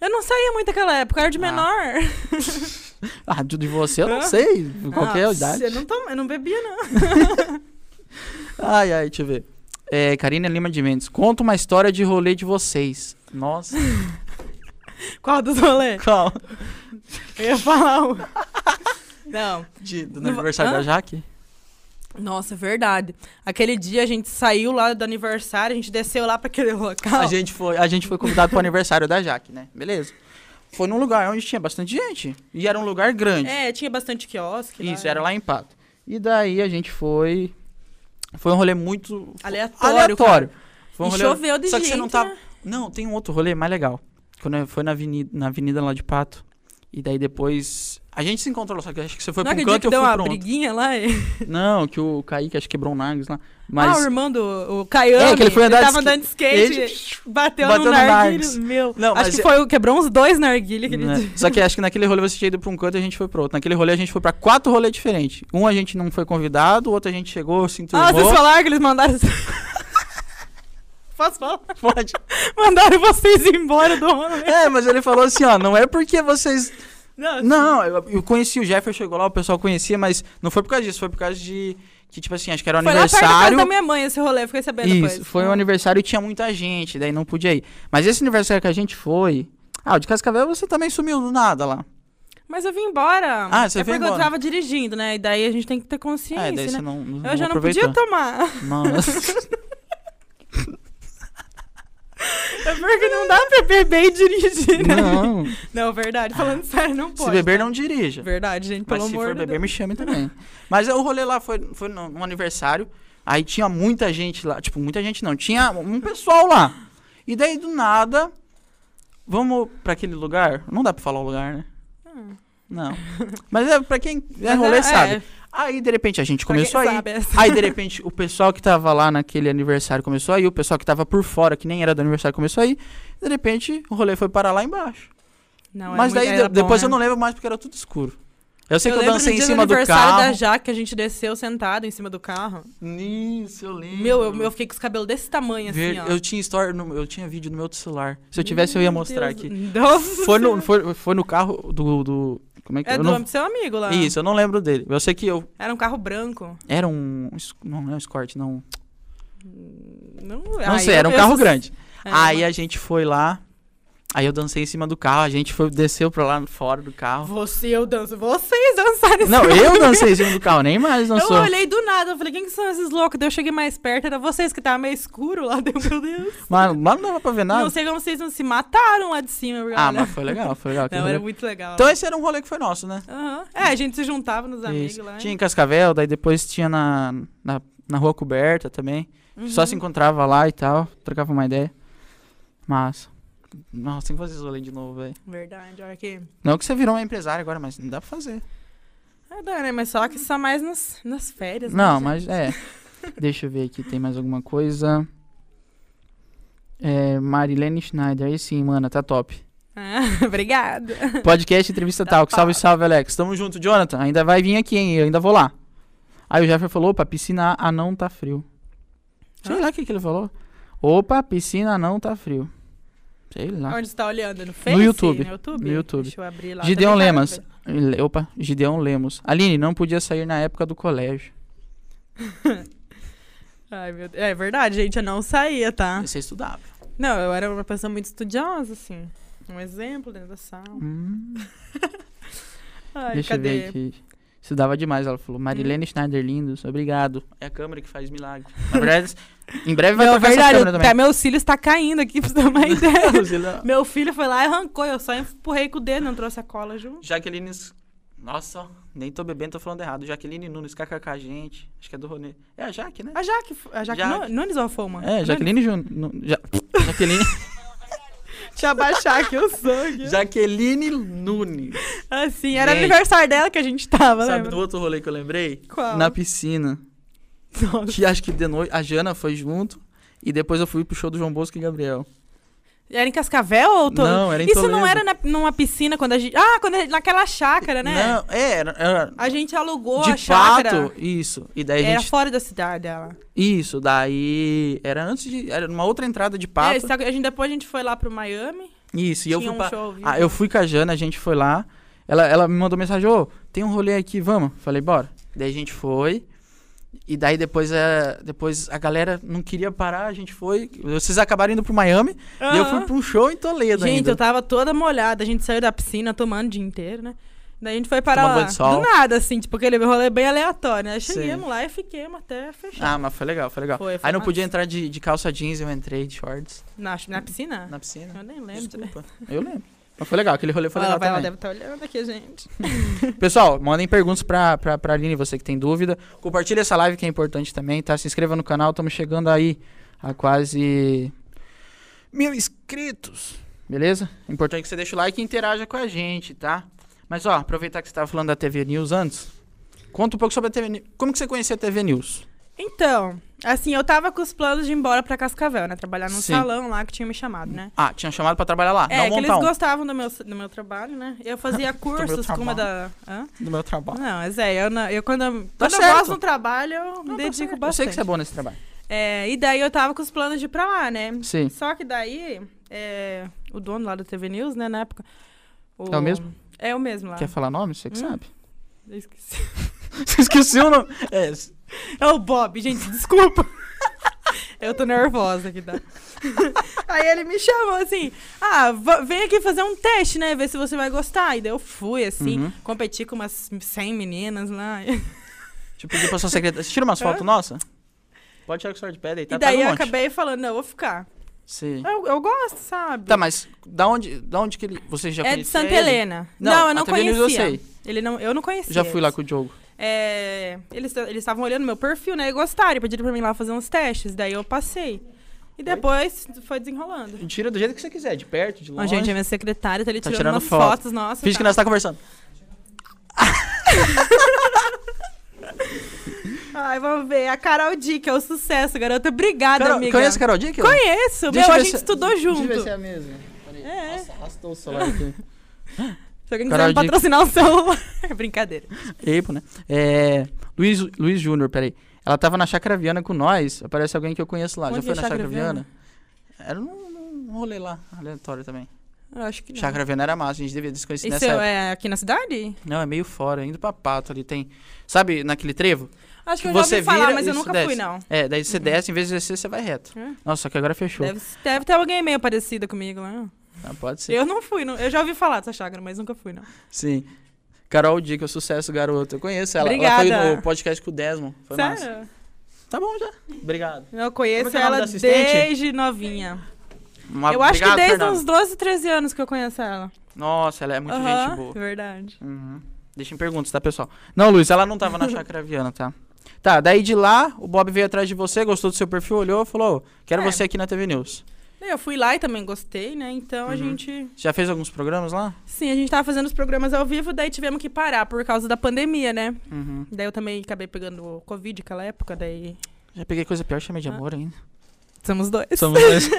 Eu não saía muito naquela época, eu era de Ah. menor. Ah, de de você eu não Hã? sei, qualquer Ah, é idade. Eu não, tom- eu não bebia, não. Ai, ai, deixa eu ver. É, Karina Lima de Mendes, conta uma história de rolê de vocês. Nossa, Qual dos rolês? qual? Eu ia falar um. Não. De, do Não- aniversário Hã? da Jaque? Nossa, é verdade. Aquele dia a gente saiu lá do aniversário, a gente desceu lá pra aquele local. A gente, foi, a gente foi convidado pro aniversário da Jaque, né? Beleza. Foi num lugar onde tinha bastante gente. E era um lugar grande. É, tinha bastante quiosque. Isso, era lá em Pato. E daí a gente foi. Foi um rolê muito. Aleatório, aleatório. Foi um e rolê- choveu de Só gente. que você não né? tava. Não, tem um outro rolê mais legal. Quando eu- foi na avenida, na avenida lá de Pato. E daí depois. A gente se encontrou, só que acho que você foi não pra um acredito canto e que eu deu fui uma pra outro. briguinha lá. e- Não, que o Kaique acho que quebrou um nagos lá. Mas. Ah, o irmão do o Caiane. É, que ele foi andar de tava ski- andando de skate, bateu, bateu no no narguilé. narguilho. Meu, Não, acho mas que é- foi o quebrou uns dois narguilhos aquele né? dia. Só que acho que naquele rolê você tinha ido pra um canto e a gente foi pro outro. Naquele rolê a gente foi pra quatro rolês diferentes. Um a gente não foi convidado, o outro a gente chegou, se enturmou. Ah, vocês falaram que eles mandaram... Posso falar? Pode. Mandaram vocês embora do rolê. É, mas ele falou assim, ó, não é porque vocês Não, Não, eu, eu conheci o Jefferson, chegou lá, o pessoal conhecia, mas não foi por causa disso, foi por causa de que, tipo assim, acho que era o foi lá perto da casa aniversário. da minha mãe esse rolê, eu fiquei sabendo depois. Ah. Isso, foi um aniversário e tinha muita gente, daí não podia ir. Mas esse aniversário que a gente foi. Ah, o de Cascavel você também sumiu do nada lá. Mas eu vim embora. Ah, você é veio porque eu embora. tava dirigindo, né? E daí a gente tem que ter consciência, é, daí você né? não, não Eu já não aproveitou. podia tomar. Nossa. É porque não dá pra beber e dirigir, né? não. Não, verdade. Falando sério, não pode. Ah. se beber, tá? não dirija. Verdade, gente, Mas pelo se amor for de beber, Deus. me chame também. Mas o rolê lá foi, foi num num aniversário. Aí tinha muita gente lá. Tipo, muita gente não. Tinha um pessoal lá. E daí, do nada, vamos pra aquele lugar. Não dá pra falar o lugar, né? Hum. Não. Mas é pra quem é Mas rolê é- sabe. é, Aí, de repente, a gente pra começou quem a ir. sabe, é assim. essa. Aí, de repente, o pessoal que tava lá naquele aniversário começou a ir. O pessoal que tava por fora, que nem era do aniversário, começou a ir. De repente, o rolê foi parar lá embaixo. Não, é Mas muito- daí, era de- depois bom, eu né? não lembro mais porque era tudo escuro. Eu sei que eu lembro dancei no em dia cima do aniversário carro. da Jaque, a gente desceu sentado em cima do carro. Isso, eu lembro. Meu, eu, eu fiquei com os cabelos desse tamanho, assim, Ver- ó. eu tinha story no- eu tinha vídeo no meu outro celular. Se eu tivesse, eu ia Meu mostrar Deus. aqui. Nossa Foi no, Senhora. foi, foi no carro do, do. Como é que É eu do não, seu amigo lá. Isso, eu não lembro dele. Eu sei que eu. Era um carro branco. Era um. es- Não, não é um Escort, não. Não, Não ai, sei, Ah, eu- era um eu carro sou- grande. É, Aí mas- a gente foi lá. Aí eu dancei em cima do carro, a gente foi, desceu pra lá fora do carro. Você, eu danço. Vocês dançaram esse Não, carro. eu dancei em cima do carro, né? nem mais dançou. Eu olhei do nada, eu falei, quem que são esses loucos? Daí eu cheguei mais perto, era vocês que tava meio escuro lá, deu, meu Deus. Mas lá não dava pra ver nada. Não sei como vocês não se mataram lá de cima, porque, ah, olha, mas foi legal, foi legal. aquele né? Não, era rolê. muito legal. Então esse era um rolê que foi nosso, né? Aham. É, a gente se juntava nos amigos Isso. lá. né? Tinha em Cascavel, daí depois tinha na, na, na Rua Coberta também. Uhum. Só se encontrava lá e tal, trocava uma ideia. Mas. Nossa, tem que fazer esse rolê de novo, velho. Verdade, olha que... Não que você virou uma empresária agora, mas não dá pra fazer. Ah, dá, né? Mas só que só mais nas, nas férias. né, Não, gente? mas é. Deixa eu ver aqui, tem mais alguma coisa. É, Marilene Schneider, aí sim, mana, tá top. Ah, obrigada. Podcast Entrevista Tá Tal, salve, top. salve, Alex. Tamo junto, Jonathan. Ainda vai vir aqui, hein? Eu ainda vou lá. Aí o Jeffer falou: opa, piscina ah, não tá frio. Sei Hã? lá o que, que ele falou. Opa, piscina não tá frio. Sei lá. Onde você tá olhando? No Face? YouTube. No YouTube? No YouTube. Deixa eu abrir lá. tá Gideon Também dá pra Lemas. ver. Le- Opa, Gideon Lemos. Aline, não podia sair na época do colégio. Ai, meu Deus. É verdade, gente, eu não saía, tá? Você estudava. Não, eu era uma pessoa muito estudiosa, assim. Um exemplo dentro da sala. Hum, Ai, deixa cadê? Hum. eu ver aqui. Estudava demais, ela falou. Marilene Schneider, lindos, obrigado. É a câmera que faz milagre. Na verdade, em breve vai Não, trocar essa verdade, câmera tá, também. meu cílio está caindo aqui, pra você ter uma ideia. Lucila, meu filho foi lá e arrancou, eu só empurrei com o dedo, não trouxe a cola junto. Jaqueline... Nossa, nem tô bebendo, tô falando errado. Jaqueline Nunes, kkk, gente. Acho que é do Ronê. É a Jaque, né? A Jaque, a Jaque, Jaque. Jaque. Nunes ou a Foma? É, Jaqueline Jun... Nu- Ja- Jaqueline... Deixa eu abaixar aqui o sangue. Jaqueline Nunes. Assim, era Gente. aniversário dela que a gente tava, Sabe lembra? do outro rolê que eu lembrei? Qual? Na piscina. Nossa. Que acho que de noite a Jana foi junto e depois eu fui pro show do João Bosco e Gabriel. Era em Cascavel ou Toledo? Não, era em Isso Toledo. não era na- numa piscina quando a gente... Ah, quando a gente- naquela chácara, né? Não, é, era, era A gente alugou a de chácara. fato, isso. E daí a Era gente fora da cidade ela. isso, daí era antes de era numa outra entrada de É, pato. só que a gente, depois a gente foi lá pro Miami. Isso, e tinha eu fui um pra- show ao vivo. ah, eu fui com a Jana, a gente foi lá. Ela, ela me mandou mensagem: "Ô, tem um rolê aqui, vamos?" Falei: "Bora". Daí a gente foi. E daí depois a, depois a galera não queria parar, a gente foi. Vocês acabaram indo pro Miami e eu Aham. fui pra um show em Toledo Gente, ainda. eu tava toda molhada. A gente saiu da piscina tomando o dia inteiro, né? Daí a gente foi parar Tomar lá. banho de sol. Do nada, assim, tipo, aquele rolê bem aleatório, né? Aí Sim. Chegamos lá e fiquemos até fechar. Ah, mas foi legal, foi legal. Foi, foi Aí não massa. podia entrar de, de calça jeans, eu entrei de shorts Na, na piscina? na piscina. Eu nem lembro. né? Desculpa. Eu lembro. Mas foi legal, aquele rolê foi Olha lá, legal vai, ela também. deve estar olhando aqui, gente. Pessoal, mandem perguntas pra, pra, pra Aline, você que tem dúvida. Compartilha essa live que é importante também, tá? Se inscreva no canal, estamos chegando aí a quase mil inscritos. Beleza? Importante que você deixe o like e interaja com a gente, tá? Mas ó, aproveitar que você tava falando da TV News antes. Conta um pouco sobre a TV News. Como que você conhecia a TV News? Então, assim, eu tava com os planos de ir embora pra Cascavel, né? Trabalhar num Sim. salão lá que tinha me chamado, né? Ah, tinha chamado pra trabalhar lá. é, não que eles montar um. gostavam do meu, do meu trabalho, né? Eu fazia cursos com uma da. Hã? Do meu trabalho. Não, mas é, eu, não- eu quando, eu- Tá quando eu certo. gosto do trabalho, eu me Não, tá dedico certo. bastante. Eu sei que você é bom nesse trabalho. É, e daí eu tava com os planos de ir pra lá, né? Sim. Só que daí, é, o dono lá da TV News, né, na época. É o mesmo? É o mesmo lá. Quer falar nome? Você que Hum. sabe. Eu esqueci. Você esqueceu o nome. É, s- É o Bob, gente, desculpa. Eu tô nervosa aqui, tá? Aí ele me chamou assim: ah, va- vem aqui fazer um teste, né? Ver se você vai gostar. E daí eu fui, assim, Uhum. tá competi com umas 100 meninas lá. deixa eu pedir pra sua secretária. Você tira umas fotos Hã? nossa? Pode tirar com sorte de pedra aí, tá? É. e tá daí no eu monte. acabei Ah, falando: não, eu vou ficar. Sim. Eu, eu gosto, sabe? Tá, mas da onde, da onde que ele. Você já é de conhecia Santa ele? Helena. Não, Não, eu não a TV News conhecia. eu sei. Ele não, eu não conhecia. Já fui lá com o Diogo. É, eles eles estavam olhando meu perfil, né? E gostaram, e pediram pra mim lá fazer uns testes. Daí eu passei. E depois foi desenrolando. Tira do jeito que você quiser, de perto, de Ó, longe. gente, a minha secretária tá ali Tá tirando, tirando umas foto. fotos, nossa. Finge que nós tá conversando. Ai, vamos ver. A Carol D, que é o sucesso, garota. Obrigada, Carol, amiga. conhece a Carol Dick? Conheço, meu, a gente estudou junto. Deixa eu ver se é a mesma. Peraí. É. Nossa, arrastou o celular aqui. Se alguém Carol quiser me Dick. patrocinar o celular. É brincadeira. Eipo, né? É, Luiz, Luiz Júnior, peraí. Ela tava na Chácara Viana com nós. Aparece alguém que eu conheço lá. Onde Já foi é na Chácara Chácara Viana? Era num, num rolê lá, aleatório também. Eu acho que não. Chácara Viana era massa, a gente devia desconhecer Isso nessa época. é aqui na cidade? Não, é meio fora, indo pra pato ali. Tem. Sabe naquele trevo? Acho que eu você já ouvi falar, vira mas e eu você nunca desce. fui, não. É, daí você desce, em vez de descer, você vai reto. É. Nossa, só que agora fechou. Uhum. Deve, deve ter alguém meio parecida comigo, né? Ah, pode ser. Eu não fui, não- eu já ouvi falar dessa chácara, mas nunca fui, não. Sim. Carol Dick, é sucesso, garoto. Eu conheço ela. Ela foi Obrigada. no podcast com o Desmond. Foi massa. Sério? Tá bom já. Obrigado. Eu Como conheço é que é o nome ela da assistente? desde novinha. Uma- eu acho Obrigado, que desde Fernando. uns 12, 13 anos que eu conheço ela. Nossa, ela é muito Aham, gente boa. Verdade. Uhum. Deixem perguntas, tá, pessoal? Não, Luiz, ela não tava na chácara Viana, tá? Tá, daí de lá, o Bob veio atrás de você, gostou do seu perfil, olhou e falou: "Ô, quero É. você aqui na TV News. Eu fui lá e também gostei, né? Então Uhum. a gente. Já fez alguns programas lá? Sim, a gente tava fazendo os programas ao vivo, daí tivemos que parar por causa da pandemia, né? Uhum. Daí eu também acabei pegando o Covid naquela época, daí. Já peguei coisa pior, chamei de Ah. amor ainda. Somos dois. Somos dois.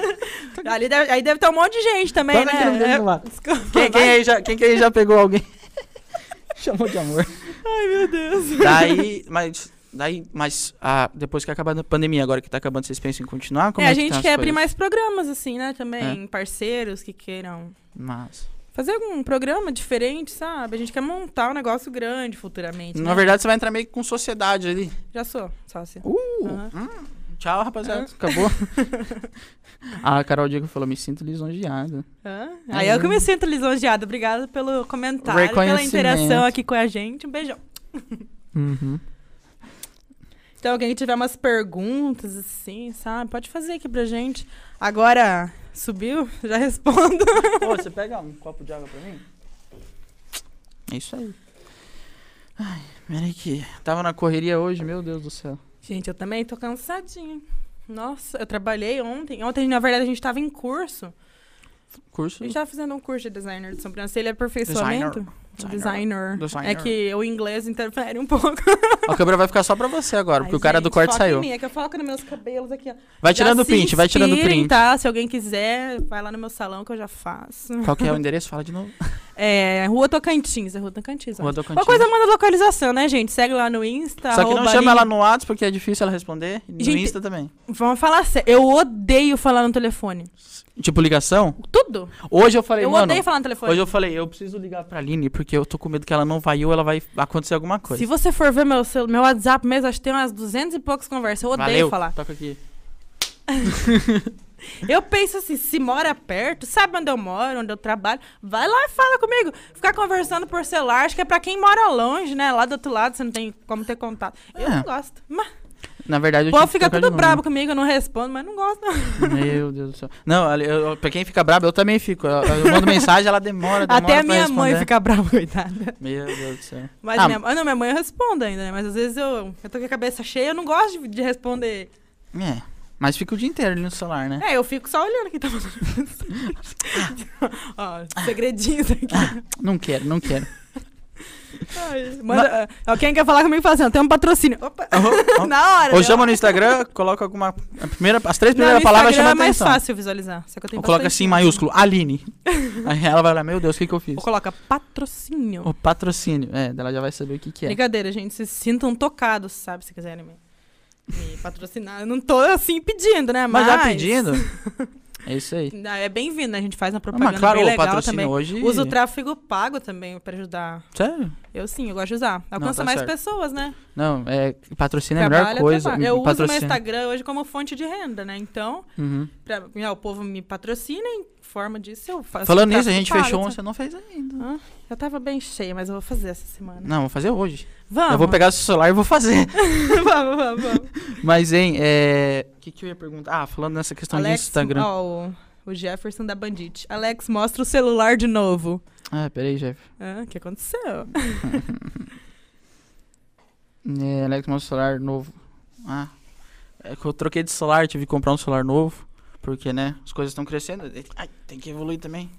Ali deve, aí deve ter um monte de gente também, Vai né? naquele É, dedo lá. Desculpa. Quem, quem aí já, quem que aí já pegou alguém? Chamou de amor. Ai, meu Deus. Daí, mas. Daí, mas ah, depois que acabar a pandemia, agora que tá acabando, vocês pensam em continuar? Como é, é, a que gente tá as quer abrir coisas? É. mais programas, assim, né? Também, parceiros que queiram Mas. fazer algum programa diferente, sabe? A gente quer montar um negócio grande futuramente. Na né? verdade, você vai entrar meio que com sociedade ali. Já sou sócia. Uh! Aham. Tchau, É. rapaziada. Acabou. ah, a Carol Diego falou: me sinto lisonjeada. Hã? Aí eu que me sinto lisonjeada. Obrigada pelo comentário, pela Hum. Reconhecimento. interação aqui com a gente. Um beijão. Uhum. Então, alguém que tiver umas perguntas, assim, sabe? Pode fazer aqui pra gente. Agora, subiu? Já respondo. Ô, você pega um copo de água pra mim? É isso aí. Ai, peraí que. Tava na correria hoje, meu Deus do céu. Gente, eu também tô cansadinha. Nossa, eu trabalhei ontem. Ontem, na verdade, a gente tava em curso. Curso. A gente tava fazendo um curso de designer de sobrancelha e aperfeiçoamento. Designer. Designer. É que o inglês interfere um pouco. A câmera vai ficar só pra você agora, Ai, porque o cara do gente, corte foca em saiu. mim, é que eu foco nos meus cabelos aqui, ó. Vai Já tirando o se print, vai tirando o inspirem, print. Tá? Se alguém quiser, vai lá no meu salão que eu já faço. Qual que é o endereço? Fala de novo. É, Rua Tocantins, é Rua Tocantins. ó. Rua do Cantinho. Uma coisa manda localização, né, gente? Segue lá no Insta. Só que não arroba chama Aline- ela no WhatsApp porque é difícil ela responder. E no Gente- Insta também. Vamos falar sério. Eu odeio falar no telefone. Tipo, ligação? Tudo. Hoje eu falei, eu mano. odeio falar no telefone. Hoje eu falei, eu preciso ligar pra Aline porque eu tô com medo que ela não vai ou ela vai acontecer alguma coisa. Se você for ver meu, cel- meu WhatsApp mesmo, acho que tem umas 200 e poucas conversas. Eu odeio Valeu. falar. Toca aqui. Eu penso assim, se mora perto, sabe onde eu moro, onde eu trabalho, vai lá e fala comigo. Ficar conversando por celular, acho que é pra quem mora longe, né? Lá do outro lado, você não tem como ter contato. Eu É. não gosto. Mas Na verdade, o eu povo tive que fica trocar tudo de bravo comigo, eu não respondo, mas não gosto, não. número. Meu Deus do céu. Não, ali, eu, eu- pra quem fica brabo, eu também fico. Eu, eu mando mensagem, ela demora, demora Até a pra minha mãe responder. fica brava, coitada. Meu Deus do céu. Mas Ah, minha, ah, não, minha mãe eu respondo ainda, né? Mas às vezes eu, eu tô com a cabeça cheia, eu não gosto de, de responder. É. Mas fica o dia inteiro ali no celular, né? É, eu fico só olhando quem tá mandando mensagem. Ó, segredinhos aqui. Não quero, não quero. Ai, manda, ó, quem quer falar comigo fala assim, ó, tem um patrocínio. Opa, na hora. Ou né? chama no Instagram, coloca alguma. a primeira, as três Não, no primeiras palavras Instagram chamam é mais atenção. fácil visualizar. Só que eu tenho Ou coloca assim em patrocínio. maiúsculo, Aline. Aí ela vai lá, meu Deus, o que, que eu fiz? Ou coloca patrocínio. O patrocínio. É, daí ela já vai saber o que, que é. Brincadeira, gente. Se sintam tocados, sabe? Se quiserem me, me patrocinar. Eu não tô assim pedindo, né? Mas já pedindo. É isso aí. Ah, É bem-vindo, né? A gente faz uma Ah, propaganda Mas claro, bem o legal patrocínio também. hoje. Usa o tráfego pago também pra ajudar. Sério? Eu sim, eu gosto de usar. Alcança tá mais certo. pessoas, né? Não, é, patrocínio é a melhor coisa. trabalha. Eu uso meu patrocínio. Instagram hoje como fonte de renda, né? Então, Uhum. pra, ah, o povo me patrocina em forma disso, eu faço. Falando tráfego nisso, a gente pago, fechou um, Assim, sabe? você não fez ainda. Ah, eu tava bem cheia, mas eu vou fazer essa semana. Não, vou fazer hoje. Vamos. Eu vou pegar o seu celular e vou fazer. vamos, vamos, vamos. Mas, hein, é. O que, que eu ia perguntar? Ah, falando nessa questão de Instagram. ó, o, o Jefferson da Bandit. Alex, mostra o celular de novo. Ah, peraí, Jeff. Ah, O que aconteceu? É, Alex, meu celular novo. Ah, é que eu troquei de celular, tive que comprar um celular novo. Porque, né, as coisas estão crescendo. Ai, tem que evoluir também.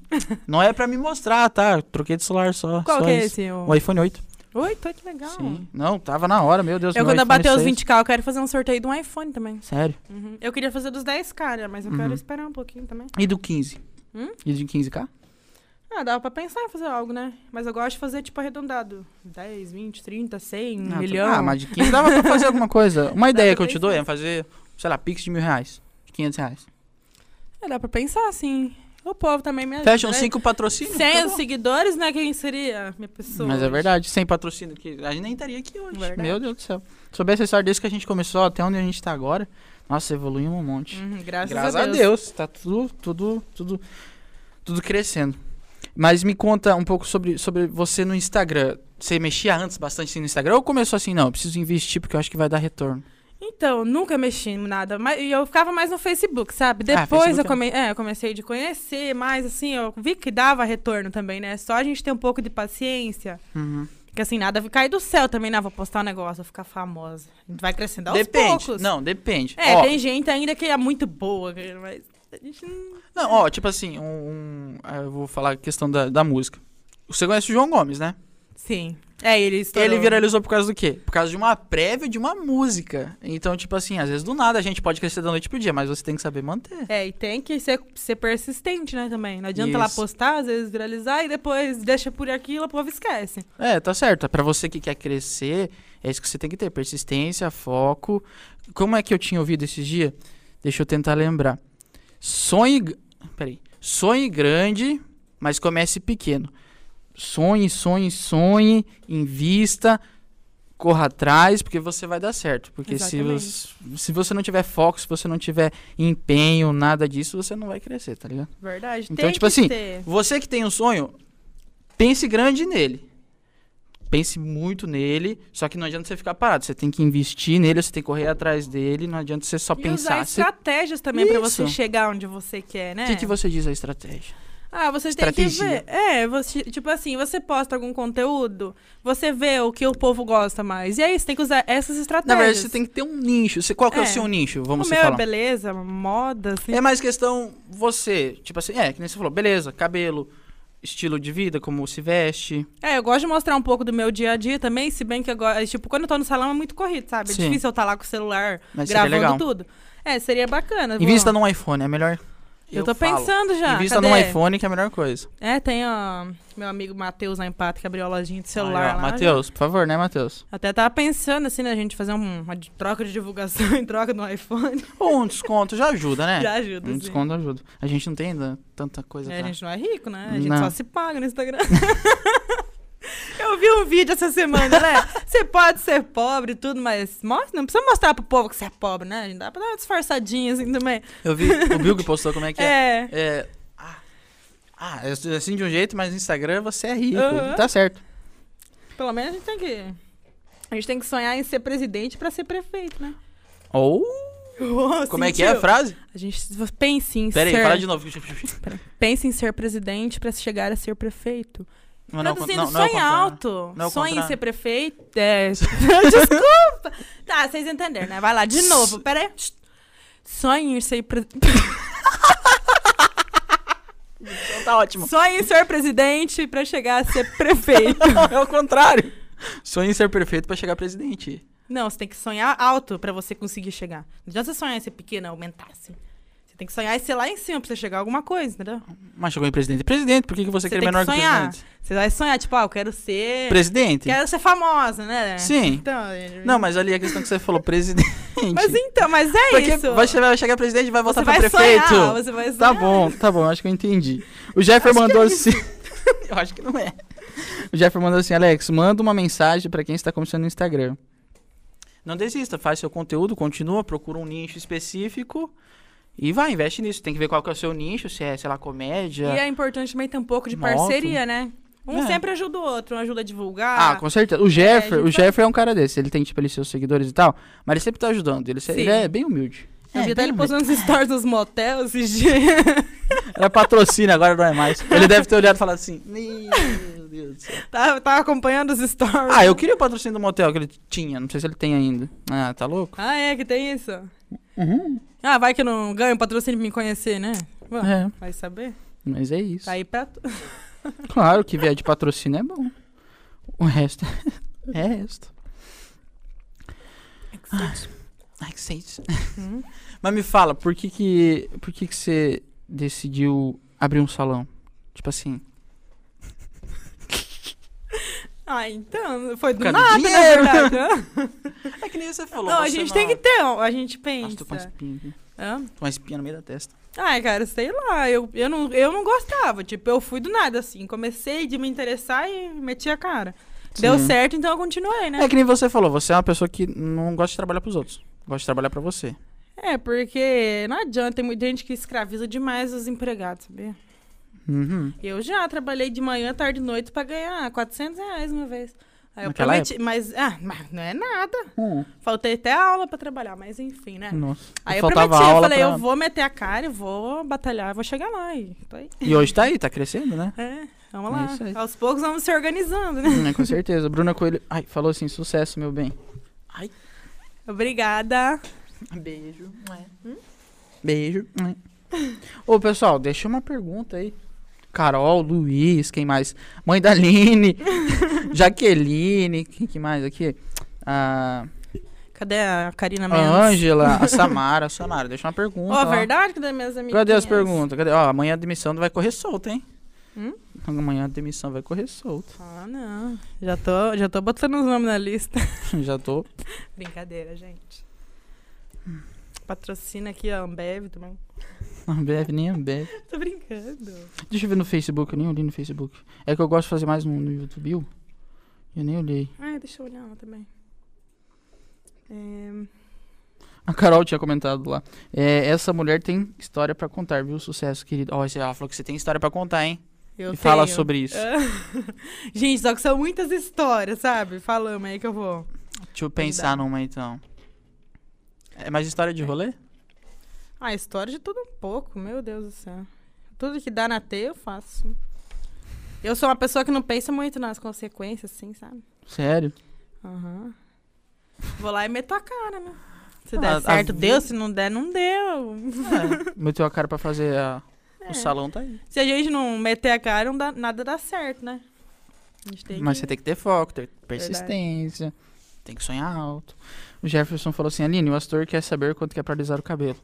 Não é pra me mostrar, tá? Eu troquei de celular só. Qual só que é isso. esse? O... Um iPhone 8. Oi, tô que legal. Sim. Não, tava na hora, meu Deus. Eu, meu quando eu iPhone bater os 6. 20k, eu quero fazer um sorteio de um iPhone também. Sério. Uhum. Eu queria fazer dos 10k, né? Mas eu Uhum. quero esperar um pouquinho também. E do 15? Hum? E do 15k? Ah, dava pra pensar em fazer algo, né? Mas eu gosto de fazer, tipo, arredondado. 10, 20, 30, 100, Ah, um tu- milhão. Ah, mas de 15 dava pra fazer alguma coisa. Uma ideia que eu te dou pensar. é fazer, sei lá, pix de mil reais. De 500 reais. É, dá pra pensar, assim. O povo também me ajuda. Fecham né? cinco patrocínios. Sem tá os bom. seguidores, né? Quem seria minha pessoa? Mas é hoje? verdade, sem patrocínio, que a gente nem estaria aqui hoje. Verdade. Meu Deus do céu. Se soubesse a história desde que a gente começou até onde a gente tá agora, nossa, evoluiu um monte. Uhum, graças, Graças a Deus, tá tudo, tudo, tudo, tudo crescendo. Mas me conta um pouco sobre, sobre você no Instagram. Você mexia antes bastante assim no Instagram ou começou assim, não, eu preciso investir porque eu acho que vai dar retorno? Então, nunca mexi em nada. Mas e eu ficava mais no Facebook, sabe? Ah, Depois eu, Facebook é. come- é, eu comecei de conhecer mais, assim, eu vi que dava retorno também, né? Só a gente ter um pouco de paciência. Uhum. Porque assim, nada vai cair do céu também, né? Vou postar um negócio, vou ficar famosa. A gente vai crescendo aos depende. poucos. Não, depende. É, Ó, tem gente ainda que é muito boa, mas a gente não... Não, ó, tipo assim, um, um- ah, eu vou falar a questão da, da música. Você conhece o João Gomes, né? Sim. É, ele estourou. Ele viralizou por causa do quê? Por causa de uma prévia de uma música. Então, tipo assim, às vezes do nada a gente pode crescer da noite pro dia, mas você tem que saber manter. É, e tem que ser, ser persistente, né, também. Não adianta lá Isso. postar, às vezes viralizar, e depois deixa por aquilo, o povo esquece. É, tá certo. Pra você que quer crescer, é isso que você tem que ter: persistência, foco. Como é que eu tinha ouvido esses dias? Deixa eu tentar lembrar. Sonhe. gr- Peraí. Sonhe grande, mas comece pequeno. Sonhe, sonhe, sonhe, invista, corra atrás, porque você vai dar certo. Porque se Exatamente. você, se você não tiver foco, se você não tiver empenho, nada disso, você não vai crescer, tá ligado? Verdade. Então, tem tipo que assim, ter. Você que tem um sonho, pense grande nele. Pense muito nele, só que não adianta você ficar parado. Você tem que investir nele, você tem que correr atrás dele, não adianta você só E usar pensar. Você- estratégias também pra você Isso. chegar onde você quer, né? O que, que você diz a estratégia? Ah, você tem que Estratégia. ver. É, você, tipo assim, você posta algum conteúdo, você vê o que o povo gosta mais. E aí, você tem que usar essas Na estratégias. verdade, você tem que ter um nicho. Você, qual que é. o É. seu nicho? Vamos o se meu falar. é beleza, moda, assim. É mais questão você, tipo assim, é, que nem você falou, beleza, cabelo, estilo de vida, como se veste. É, eu gosto de mostrar um pouco do meu dia a dia também, se bem que agora, tipo, quando eu tô no salão é muito corrido, sabe? É Sim. difícil eu estar lá com o celular Mas seria gravando legal. tudo. É, seria bacana. vou- Invista num iPhone, é melhor. Eu, tô falo. pensando já. Invista cadê? num iPhone que é a melhor coisa. É, tem ó, meu amigo Matheus lá em Pato, que abriu a lojinha de celular Aí, ó, lá. Matheus, por favor, né, Matheus? Até tava pensando, assim, né, gente, fazer um- uma de- troca de divulgação em troca do iPhone. Ou um desconto já ajuda, né? Já ajuda, Um sim. desconto ajuda. A gente não tem ainda tanta coisa É, pra... a gente não é rico, né? A gente Não. só se paga no Instagram. Eu vi um vídeo essa semana, né? Você pode ser pobre e tudo, mas mostra, não precisa mostrar pro povo que você é pobre, né? A gente dá pra dar uma disfarçadinha assim também. Eu vi, o Bill que postou como é que é. É. É, ah, ah, é assim de um jeito, mas no Instagram você é rico. Aham. Tá certo. Pelo menos a gente tem que. A gente tem que sonhar em ser presidente pra ser prefeito, né? Ou... Oh, Como é que é a sentiu? frase? A gente pense em Pera aí, ser. fala de novo. Pense em ser presidente pra chegar a ser prefeito. Mas não, Traduzindo, não, não é o sonha contrário. alto. Não é o sonha em contrário. ser prefeito. É, Desculpa. Tá, vocês entenderam, né? Vai lá, de novo. Pera aí. Sonha em ser pre... Então tá ótimo. Sonha em ser presidente pra chegar a ser prefeito. é o contrário. Sonha em ser perfeito pra chegar presidente. Não, você tem que sonhar alto pra você conseguir chegar. Não adianta você sonhar em ser pequeno, aumentar assim. Você tem que sonhar em ser lá em cima pra você chegar a alguma coisa, entendeu? Mas chegou em presidente. Presidente, por que, que você, Você quer tem menor que sonhar. que Você vai sonhar, tipo, ah, eu quero presidente? ser. Presidente? Quero ser famosa, né? Sim. Então, Não, mas ali a questão que você falou, presidente. Mas então, mas é Porque isso. vai chegar, vai chegar presidente e vai você votar pra vai prefeito. sonhar, você vai Tá sonhar. bom, tá bom, acho que eu entendi. O Jeffer mandou assim. eu acho que não é. O Jeffer mandou assim, Alex, manda uma mensagem pra quem está começando no Instagram. Não desista, faz seu conteúdo, continua, procura um nicho específico e vai, investe nisso. Tem que ver qual que é o seu nicho, se é, sei lá, comédia. E é importante também ter um pouco de Moto. parceria, né? Um É. sempre ajuda o outro, um ajuda a divulgar. Ah, com certeza. O Jeffer, é a gente o vai- Jeffer é um cara desse. Ele tem, tipo, ali seus seguidores e tal, mas ele sempre tá ajudando. Ele, se- Sim. ele é bem humilde. Eu É, vi até bem ele postando os stories dos motel esses dias. Era patrocínio, agora não é mais. Ele deve ter olhado e falado assim: Meu Deus do céu. tava, tava acompanhando os stories. Ah, eu queria o patrocínio do motel que ele tinha. Não sei se ele tem ainda. Ah, tá louco? Ah, é, que tem isso? Uhum. Ah, vai que eu não ganho patrocínio pra me conhecer, né? Bom, É, Vai saber? mas é isso. Tá aí pra... tu- Claro que vier de patrocínio é bom. O resto é resto. Ai, que sede. Hum. Mas me fala, por que que, por que que você decidiu abrir um salão? Tipo assim, Ah, então, foi do Por causa do nada, na dinheiro. verdade. né? É que nem você falou. Não, a gente tem que ter, um- a gente Nossa, tô com uma pensa. espinha aqui. Hã? Tô com uma espinha no meio da testa. Ai, cara, sei lá, eu, eu, não, eu não gostava, tipo, eu fui do nada, assim, comecei de me interessar e meti a cara. Deu Sim. certo, então eu continuei, né? É que nem você falou, você é uma pessoa que não gosta de trabalhar pros outros. Gosta de trabalhar pra você. É, porque não adianta, tem muita gente que escraviza demais os empregados, sabia? Uhum. Eu já trabalhei de manhã, tarde e noite pra ganhar 400 reais uma vez. Aí eu Naquela prometi, mas, ah, mas não é nada. Faltei até aula pra trabalhar, mas enfim, né? Nossa. Aí E eu Hum, faltava prometi, eu aula falei, pra- eu vou meter a cara, eu vou batalhar, eu vou chegar lá e tô aí. E hoje tá aí, tá crescendo, né? É, vamos É lá. isso aí. Aos poucos vamos se organizando, né? Hum, com certeza. Bruna Coelho. Ai, falou assim: sucesso, meu bem. Obrigada. Beijo. é? Hum? Beijo. Ué. Né? Ô, pessoal, deixa uma pergunta aí. Carol, Luiz, quem mais? Mãe da Aline, Jaqueline, quem que mais aqui? A Cadê a Karina a Mendes? Ângela, a Samara, a Samara, deixa uma pergunta. Ó, lá. verdade? Cadê minhas amigas? Cadê as perguntas? Cadê? Ó, amanhã a demissão vai correr solta, hein? Hum? Amanhã a demissão vai correr solta. Ah, não. Já tô, já tô botando os nomes na lista. Já tô. Brincadeira, gente. Hum. Patrocina aqui a Ambev também. Ambev, nem é Ambev. Tô brincando. Deixa eu ver no Facebook, eu nem olhei no Facebook. É que eu gosto de fazer mais no, no YouTube. viu? Eu nem olhei. Ai, Ah, deixa eu olhar lá também. É, A Carol tinha comentado lá. É, essa mulher tem história pra contar, viu? Sucesso, querido. Ó, ela falou que você tem história pra contar, hein? eu e fala tenho. É. sobre isso. Gente, só que são muitas histórias, sabe? Falamos aí que eu vou. Deixa eu pensar numa então. É mais história de rolê? Ah, história de tudo um pouco, meu Deus do céu. Tudo que dá na teia eu faço. Eu sou uma pessoa que não pensa muito nas consequências, assim, sabe? Sério? Aham. Vou lá e meto a cara, né? Se Ah, der a certo, vida- deu. Se não der, não deu. É. Meteu a cara pra fazer a- É. o salão, tá aí. Se a gente não meter a cara, não dá, nada dá certo, né? A gente tem Mas que... você tem que ter foco, ter persistência. Tem que sonhar alto. O Jefferson falou assim: Aline, o Astor quer saber quanto que é pra alisar o cabelo.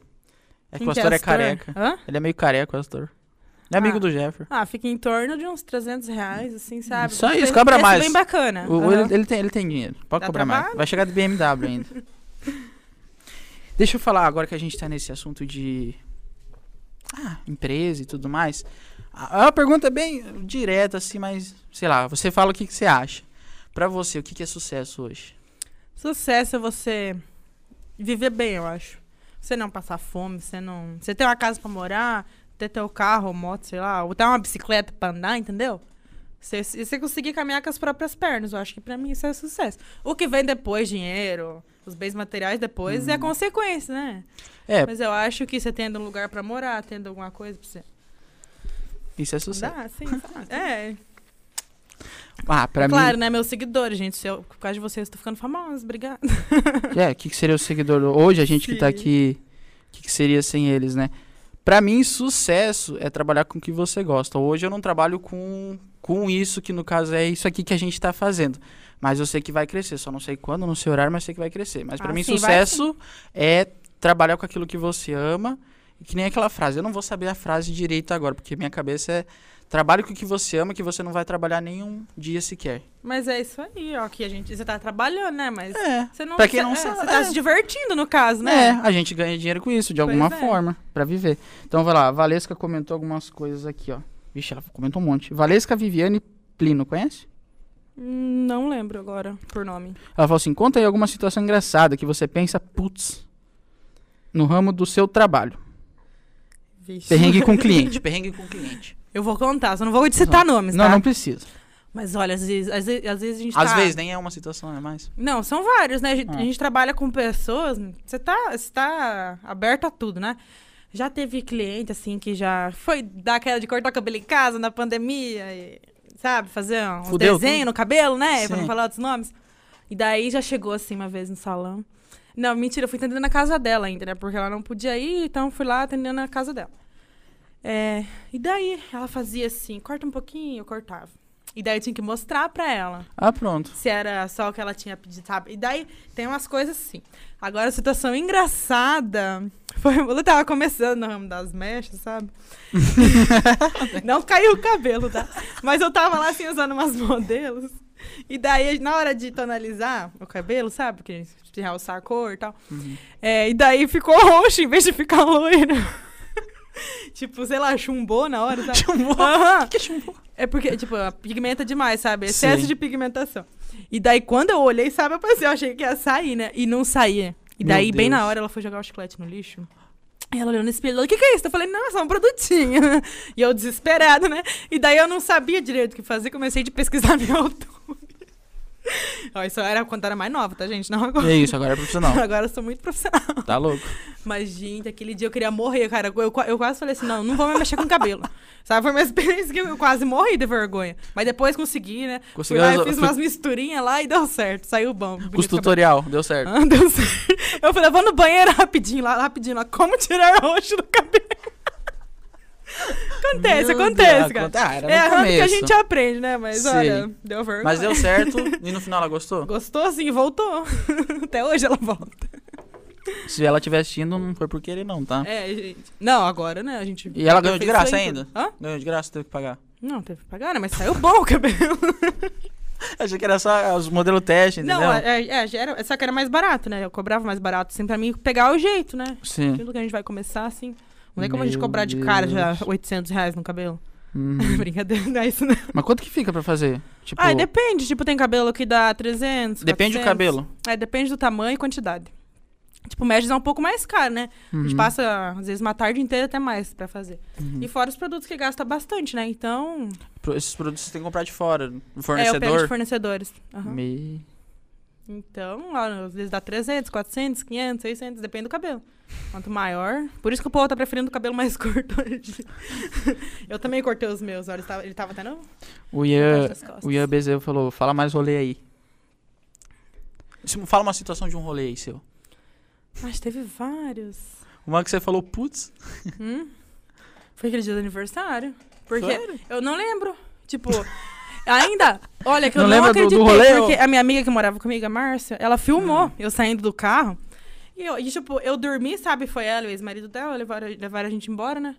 É que Quem o que Astor é Astor? careca. Hã? Ele é meio careca, o Astor. Ele é Ah. amigo do Jefferson. Ah, fica em torno de uns 300 reais, assim, sabe? Só isso, Preço- cobra preço mais. bem bacana. O- Aham. ele, ele tem, ele tem dinheiro. Pode Dá cobrar mais. trabalho? Vai chegar de BMW ainda. Deixa eu falar agora que a gente tá nesse assunto de ah, empresa e tudo mais. Ah, É uma pergunta bem direta, assim, mas sei lá, você fala o que, que você acha. Pra você, o que, que é sucesso hoje? Sucesso é você viver bem, eu acho. Você não passar fome, você não. Você ter uma casa pra morar, ter teu carro, moto, sei lá, ou ter uma bicicleta pra andar, entendeu? Você, se você conseguir caminhar com as próprias pernas, eu acho que pra mim isso é sucesso. O que vem depois, dinheiro, os bens materiais depois, é consequência, né? Hum. É, Mas eu acho que você tendo um lugar pra morar, tendo alguma coisa pra você. isso é sucesso. Dá, sim, sabe? É. Ah, pra claro, né? Meus seguidores, gente. se eu- por causa de vocês, eu tô ficando famosa, obrigada. mim, é, o que, que seria o seguidor hoje, a gente que tá Sim. aqui, o que, que seria sem eles, né? Pra mim, sucesso é trabalhar com o que você gosta. Hoje eu não trabalho com, com isso, que no caso é isso aqui que a gente tá fazendo. Mas eu sei que vai crescer. Só não sei quando, não sei o horário, mas sei que vai crescer. Mas pra Ah, mim, sim, vai sucesso é trabalhar com aquilo que você ama. E que nem aquela frase. Eu não vou saber a frase direito agora, porque minha cabeça é trabalho com o que você ama, que você não vai trabalhar nenhum dia sequer. Mas é isso aí, ó, que a gente. Você tá trabalhando, né? Mas. É. Você não, Pra quem cê- não é, sabe, Você tá é. se divertindo, no caso, É, né? a gente ganha dinheiro com isso, de Pois alguma é. forma, pra viver. Então, vai lá, a Valesca comentou algumas coisas aqui, ó. Vixe, ela comentou um monte. Valesca Viviane Plino, conhece? Hum, Não lembro agora por nome. Ela falou assim: conta aí alguma situação engraçada que você pensa, putz, no ramo do seu trabalho. Vixe. Perrengue com cliente, perrengue com cliente. Eu vou contar, só não vou citar nomes, Não, tá? não precisa. Mas olha, às vezes, às vezes, às vezes a gente Às tá... vezes nem é uma situação, é mais. Não, são vários, né? A gente, a Ah. gente trabalha com pessoas, você tá, você tá aberto a tudo, né? Já teve cliente, assim, que já foi dar aquela de cortar o cabelo em casa na pandemia, e, sabe? Fazer um Fudeu desenho tudo. no cabelo, né? Pra Sim. não falar outros nomes. E daí já chegou, assim, uma vez no salão. Não, mentira, eu fui atendendo na casa dela ainda, né? Porque ela não podia ir, então fui lá atendendo na casa dela. É, e daí ela fazia assim, corta um pouquinho, eu cortava. E daí eu tinha que mostrar pra ela Ah, pronto. se era só o que ela tinha pedido, sabe? E daí tem umas coisas assim. Agora, a situação engraçada foi. Eu tava começando no ramo das mechas, sabe? Não caiu o cabelo, tá? Mas eu tava lá assim usando umas modelos. E daí, na hora de tonalizar o cabelo, sabe? Porque de realçar a cor e tal. É, e daí ficou roxo em vez de ficar loiro. tipo, sei lá, chumbou na hora, sabe? Chumbou? Aham. que chumbou? É porque, tipo, ela pigmenta demais, sabe? Excesso Sim. de pigmentação. E daí, quando eu olhei, sabe, eu pensei, eu achei que ia sair, né? E não saía. E Meu daí, bem Deus. na hora, ela foi jogar o chiclete no lixo. E ela olhou no espelho e falou, o que, que é isso? Eu falei, não, é só um produtinho. E eu desesperada, né? E daí eu não sabia direito o que fazer, comecei de pesquisar no YouTube. Ó, isso era quando eu era mais nova, tá, gente? Não agora. É isso, agora é profissional. Agora eu sou muito profissional. Tá louco. Mas, gente, aquele dia eu queria morrer, cara. Eu, qua- eu quase falei assim, não, não vou me mexer com o cabelo. Sabe, foi minha experiência que eu quase morri de vergonha. Mas depois consegui, né? Fui Conseguiu lá, resol- eu fiz fui- umas misturinhas lá e deu certo. Saiu bom. bonito Os o cabelo. tutorial, deu certo. Ah, deu certo. Eu falei, eu vou no banheiro rapidinho lá, rapidinho lá. Como tirar roxo do cabelo? acontece, Meu acontece, Deus, cara. aconte- Ah, era no é errando que a começo. gente aprende, né? Mas Sim. olha, deu vergonha. Mas deu certo e no final ela gostou? Gostou sim, voltou. Até hoje ela volta. Se ela estiver assistindo, não foi por querer não, tá? É, gente. Não, agora, né? A gente. E ela ganhou de fez graça isso aí ainda? tudo. Hã? Ganhou de graça, teve que pagar. Não, teve que pagar, né? Mas saiu bom o cabelo. Achei que era só os modelos teste, entendeu? Não, é, é, já era, só que era mais barato, né? Eu cobrava mais barato, assim, pra mim pegar o jeito, né? Sim. Aquilo que a gente vai começar, assim. Não é como a gente Meu cobrar de cara já Deus. 800 reais no cabelo. Uhum. Brincadeira, não é isso, não. Mas quanto que fica pra fazer? Tipo, Ah, depende. Tipo, tem cabelo que dá 300, depende do 400. cabelo. É, depende do tamanho e quantidade. Tipo, mesh é um pouco mais caro, né? A gente Uhum. passa, às vezes, uma tarde inteira até mais pra fazer. Uhum. E fora os produtos que gasta bastante, né? Então, Pro- Esses produtos você tem que comprar de fora. do é, eu pego de Fornecedor. fornecedores. Aham. Me- Então, ó, às vezes dá 300, 400, 500, 600, depende do cabelo. Quanto maior. Por isso que o povo tá preferindo o cabelo mais curto hoje. Eu também cortei os meus, olha, ele tava, ele tava até no. O embaixo Ian, das costas. é, o Ian Bezerro falou, fala mais rolê aí. Se- Fala uma situação de um rolê aí, seu. Mas teve vários. Uma que você falou, putz. Hum? Foi aquele dia do aniversário. Porque Sério? eu não lembro. Tipo, ainda. Olha, que eu Não não, lembra do- acreditei. do rolê, porque ou- Hum. a minha amiga que morava comigo, a Márcia, ela filmou eu saindo do carro. E, eu, e, tipo, eu dormi, sabe? Foi ela, o ex-marido dela, levaram, levaram a gente embora, né?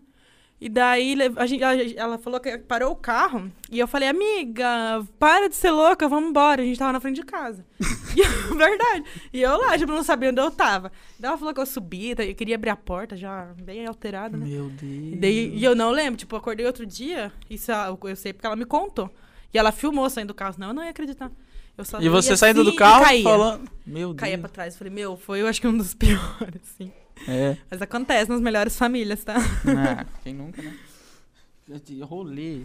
E daí le- a gente, a- ela falou que parou o carro. E eu falei, amiga, para de ser louca, vamos embora. A gente tava na frente de casa. e, eu- verdade. E eu lá, tipo, não sabia onde eu tava. Daí ela falou que eu subi, tá, eu queria abrir a porta, já bem alterada, né? Meu E, Deus. daí- e eu não lembro, tipo, eu acordei outro dia, isso ela- eu sei porque ela me contou. E ela filmou saindo do carro, senão eu não ia acreditar. Eu só E você ia saindo assim do e carro caía. falando. Meu Caía pra Deus. trás, falei, meu, foi eu acho que um dos piores, assim. É. Mas acontece nas melhores famílias, tá? Ah, quem nunca, né? De Rolê.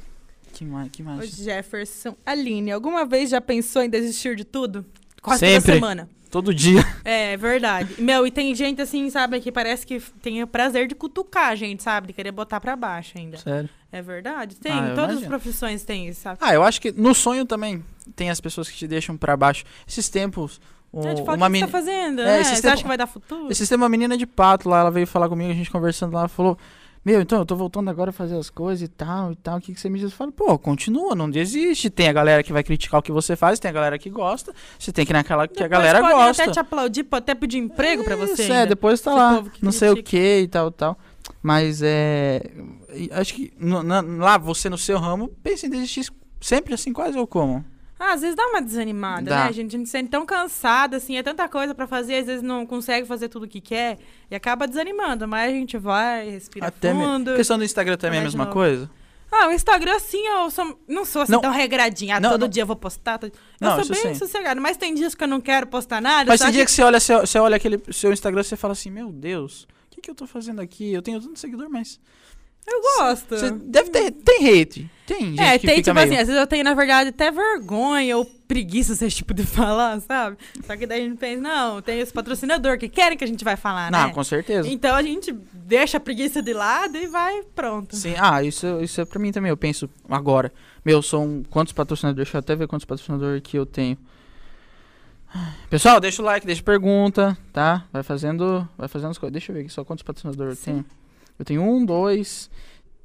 Que mais? Que Ô, mais? Jefferson, Aline, alguma vez já pensou em desistir de tudo? Quase toda Sempre. semana. Todo dia. É, é verdade. Meu, e tem gente assim, sabe, que parece que tem o prazer de cutucar a gente, sabe? De querer botar pra baixo ainda. Sério. É verdade. Tem, Ah, eu todas as imagino. profissões têm isso, sabe? Ah, eu acho que no sonho também tem as pessoas que te deixam pra baixo. Esses tempos. Um, É, tipo, fala, o uma que você meni- tá fazendo? É, né? esse Você sistema- acha que vai dar futuro? Esse sistema, é uma menina de pato lá, ela veio falar comigo, a gente conversando lá, ela falou: Meu, então eu tô voltando agora a fazer as coisas e tal e tal, o que, que você me diz? Eu falo: Pô, continua, não desiste. Tem a galera que vai criticar o que você faz, tem a galera que gosta, você tem que ir naquela que a Depois galera podem gosta. até te aplaudir, pode até pedir emprego pra você. né? Isso, é, ainda. depois tá Esse lá, povo que não sei o critica. que e tal, tal. Mas é. e Acho que no- na- lá você no seu ramo, pensa em desistir sempre assim, quase ou como. Ah, às vezes dá uma desanimada, Dá. né, gente? A gente se sente tão cansada, assim, é tanta coisa pra fazer, às vezes não consegue fazer tudo o que quer e acaba desanimando, mas a gente vai, respira Até me- fundo. Questão do Instagram também é a Mas de mesma novo. coisa? Ah, o Instagram, assim, eu sou- não sou assim Não. tão regradinha. Ah, Não, todo não. dia eu vou postar. todo- Eu Não, sou isso sim. bem sossegada, mas tem dias que eu não quero postar nada. Mas só tem dia que- que você olha, seu- você olha aquele seu Instagram e você fala assim, meu Deus, o que, que eu tô fazendo aqui? Eu tenho tanto seguidor, mas. Eu gosto. Você deve ter. Tem hate. Tem gente é, que tem, fica tipo meio... assim, às vezes eu tenho, na verdade, até vergonha ou preguiça, se tipo, de falar, sabe? Só que daí a gente pensa, não, tem esse patrocinador que querem que a gente vai falar, Não, né? com certeza. Então a gente deixa a preguiça de lado e vai, pronto. Sim, ah, isso, isso é pra mim também, eu penso agora. Meu, são quantos patrocinadores? Deixa eu até ver quantos patrocinadores que eu tenho. Pessoal, deixa o like, deixa pergunta, tá? Vai fazendo, vai fazendo as coisas. Deixa eu ver aqui só quantos patrocinadores eu Sim. tenho. Eu tenho um, dois,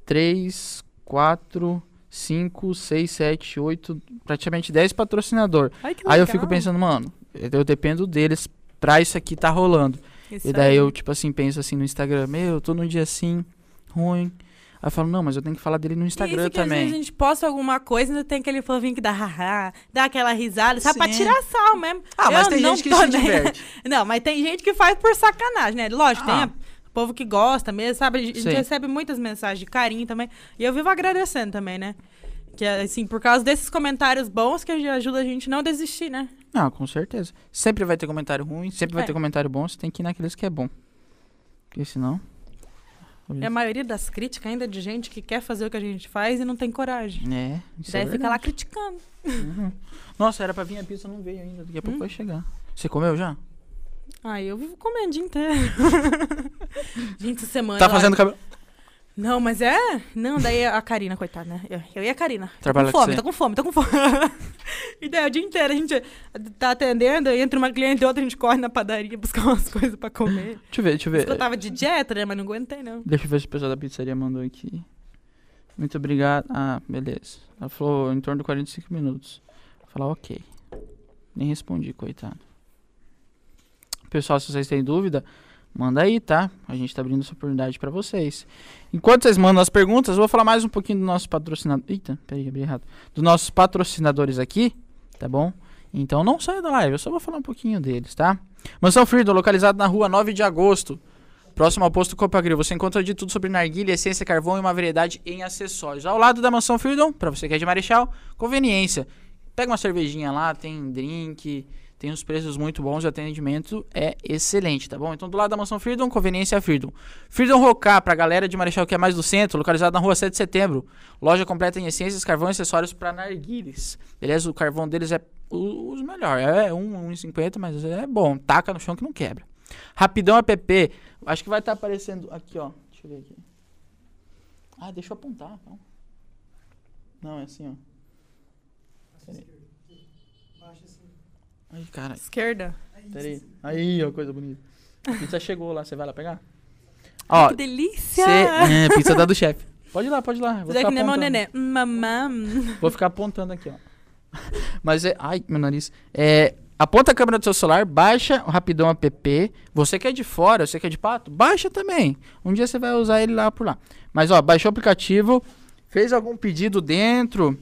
três, quatro, cinco, seis, sete, oito, praticamente dez patrocinadores. Ai, que Aí eu legal. fico pensando, mano, eu dependo deles pra isso aqui tá rolando. Isso E daí aí. eu, tipo assim, penso assim no Instagram, meu, eu tô num dia assim, ruim. Aí eu falo, não, mas eu tenho que falar dele no Instagram Isso que Às também. vezes a gente posta alguma coisa e ainda tem aquele fovinho que dá haha, dá aquela risada, sabe? Pra Sim. tirar sal mesmo. Ah, mas Eu tem não gente que tô se nem- diverte. Não, mas tem gente que faz por sacanagem, né? Lógico, tem Ah. a- povo que gosta mesmo, sabe? A gente Sim. recebe muitas mensagens de carinho também. E eu vivo agradecendo também, né? Que, assim, por causa desses comentários bons que ajuda a gente a não desistir, né? Não, com certeza. Sempre vai ter comentário ruim, sempre vai É. ter comentário bom, você tem que ir naqueles que é bom. Porque senão. E a maioria das críticas ainda é de gente que quer fazer o que a gente faz e não tem coragem. É, isso é Daí fica verdade. lá criticando. Nossa, era pra vir a pizza, não veio ainda. Hum? Daqui a pouco vai chegar. Você comeu já? Ai, Ah, eu vivo comendo o dia inteiro. gente, essa semana. tá olha, fazendo cabelo. Não, mas é? Não, daí a Karina, coitada, né? Eu, eu e a Karina. Trabalha tô com fome, com você. tô com fome, tô com fome. e daí o dia inteiro a gente tá atendendo, entre uma cliente e outra a gente corre na padaria buscar umas coisas pra comer. Deixa eu ver, deixa eu Diz que ver. Eu tava de dieta, né? Mas não aguentei, não. Deixa eu ver se o pessoal da pizzaria mandou aqui. Muito obrigado. Ah, beleza. Ela falou em torno de 45 minutos. Vou falar ok. Nem respondi, coitado. Pessoal, se vocês têm dúvida, manda aí, tá? A gente tá abrindo essa oportunidade pra vocês. Enquanto vocês mandam as perguntas, eu vou falar mais um pouquinho do nosso patrocinador. Eita, peraí, abri errado. Dos nossos patrocinadores aqui, tá bom? Então não saia da live, eu só vou falar um pouquinho deles, tá? Mansão Frido, localizado na rua 9 de agosto, Próximo ao posto Copagril, você encontra de tudo sobre narguilha, essência, carvão e uma variedade em acessórios. Ao lado da Mansão Freedom, pra você que é de Marechal, conveniência. Pega uma cervejinha lá, tem drink, tem uns preços muito bons, o atendimento é excelente, tá bom? Então do lado da Mansão Freedom, conveniência Freedom. Freedom um Rocar, pra galera de Marechal que é mais do centro, localizado na rua 7 de setembro. Loja completa em essências, carvão e acessórios pra narguiles. Beleza? O carvão deles é o- os melhores, é um- 1,50, mas é bom. Taca no chão que não quebra. Rapidão app. Acho que vai estar aparecendo aqui, ó. Deixa eu ver aqui. Ah, deixa eu apontar. Não, não é assim, ó. Peraí. Ai, cara. Esquerda. Peraí. Aí, ó, coisa bonita. A pizza chegou lá, você vai lá pegar? Ó, que delícia! cê, é, pizza da do chefe. Pode ir lá, pode ir lá. eu Vou Você é ficar que nem meu apontando. neném. Mamã. Vou ficar apontando aqui, ó. Mas é. Ai, meu nariz. É. Aponta a câmera do seu celular, baixa o Rapidão app. Você que é de fora, você que é de pato, baixa também. Um dia você vai usar ele lá por lá. Mas ó, baixou o aplicativo, fez algum pedido dentro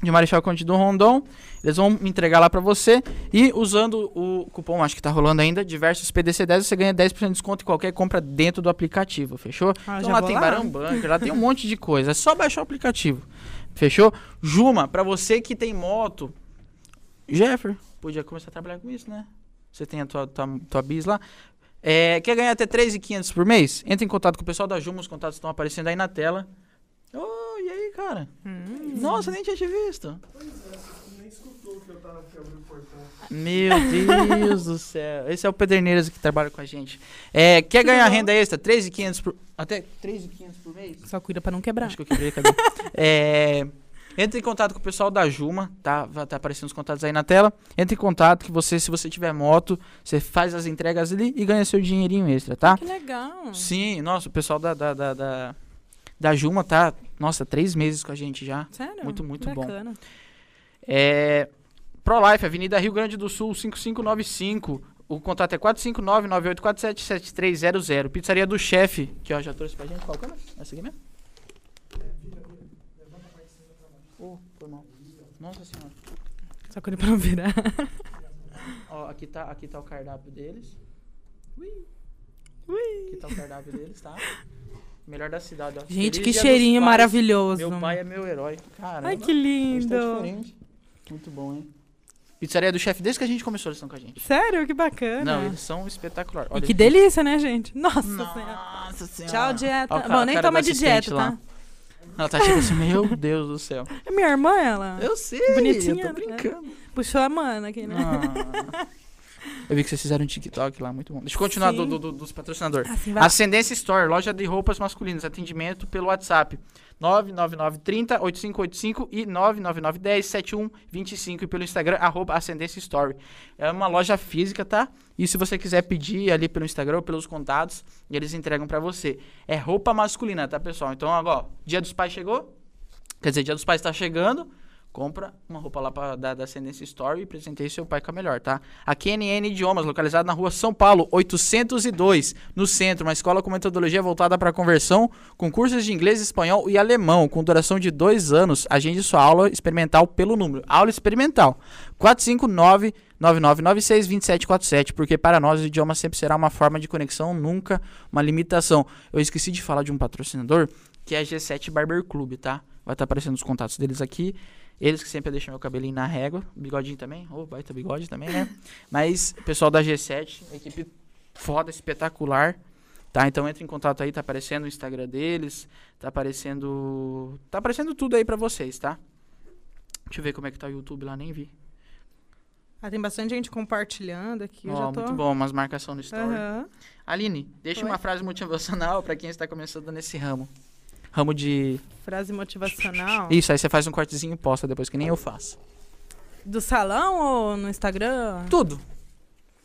de Marechal Conde do Rondon, eles vão entregar lá pra você. E usando o cupom, acho que tá rolando ainda, diversos PDC10, você ganha 10% de desconto em qualquer compra dentro do aplicativo, fechou? Ah, então já lá vou tem lá. Barão Bunker, lá tem um monte de coisa. É só baixar o aplicativo. Fechou? Juma, pra você que tem moto, Jeffer, podia começar a trabalhar com isso, né? Você tem a tua, tua, tua bis lá. É, quer ganhar até 3,500 por mês? Entra em contato com o pessoal da Juma, os contatos estão aparecendo aí na tela. Ô, e aí, cara? Nossa, nem tinha te visto. Meu Deus do céu. Esse é o Pederneiras que trabalha com a gente. É, quer ganhar legal. renda extra? 3,500 por... Até 3,500 por mês? Só cuida pra não quebrar. Acho que eu quebrei a cadeira. É, Entre em contato com o pessoal da Juma, tá? Vai tá aparecendo os contatos aí na tela. Entre em contato que você, se você tiver moto, você faz as entregas ali e ganha seu dinheirinho extra, tá? Que legal. Sim, nossa, o pessoal da, da, da, da, da Juma tá, nossa, três meses com a gente já. Sério? Muito, muito Que bom. Bacana. É, ProLife, Avenida Rio Grande do Sul, 5595. O contato é 459-9847-7300. Pizzaria do Chefe, que ó, já trouxe pra gente. Qual que é? Essa aqui mesmo? Oh, foi mal. Nossa senhora. Só cuida pra não virar. Ó, aqui tá, aqui tá o cardápio deles. Ui. Ui. Aqui tá o cardápio deles, tá? Melhor da cidade, ó. Gente, Feliz que Dia dos cheirinho Pais. maravilhoso. Meu pai é meu herói. Caramba. Ai, que hoje tá lindo. diferente. Muito bom, hein? Pizzaria do chefe, desde que a gente começou, eles estão com a gente. Sério, que bacana. Não, eles são espetaculares. É e Olha que aqui. delícia, né, gente? Nossa Senhora. Nossa senhora. Tchau, dieta. Olha o ca- Bom, nem cara da toma de assistente dieta, lá. tá? Ela tá tipo assim, meu Deus do céu. É minha irmã, ela? Eu sei, Bonitinha, né? eu tô brincando. Puxou a mana aqui, né? Ah. Eu vi que vocês fizeram um TikTok lá, muito bom. Deixa eu continuar do, Sim. do- do- dos patrocinadores. Assim, vai. Ascendência Store, loja de roupas masculinas, atendimento pelo WhatsApp 99930-8585 e 99910-7125 e pelo Instagram, arroba Ascendência Store. É uma loja física, tá? E se você quiser pedir ali pelo Instagram ou pelos contatos, eles entregam pra você. É roupa masculina, tá, pessoal? Então, agora, ó, Dia dos Pais chegou, quer dizer, Dia dos Pais tá chegando, compra uma roupa lá pra, da, da Ascendência Store e presenteie seu pai com a melhor, tá? A QNN Idiomas, localizada na rua São Paulo, 802, no centro, uma escola com metodologia voltada para conversão, com cursos de inglês, espanhol e alemão, com duração de dois anos. Agende sua aula experimental pelo número. Aula experimental, 459 9996-2747, porque para nós o idioma sempre será uma forma de conexão, nunca uma limitação. Eu esqueci de falar de um patrocinador, que é a G7 Barber Club, tá? Vai estar aparecendo os contatos deles aqui. Eles que sempre deixam meu cabelinho na régua, bigodinho também, ou baita bigode também, né? Mas o pessoal da G7, equipe foda, espetacular. Tá, então entra em contato aí, tá aparecendo o Instagram deles, tá aparecendo, tá aparecendo tudo aí pra vocês, tá? Deixa eu ver como é que tá o YouTube lá, nem vi. Ah, tem bastante gente compartilhando aqui. Eu Ó, já tô... muito bom, umas marcação no story. Aham. Aline, deixa Oi. uma frase motivacional pra quem está começando nesse ramo. Ramo de. Frase motivacional. Isso, aí você faz um cortezinho e posta depois, que nem eu faço. Do salão ou no Instagram? Tudo.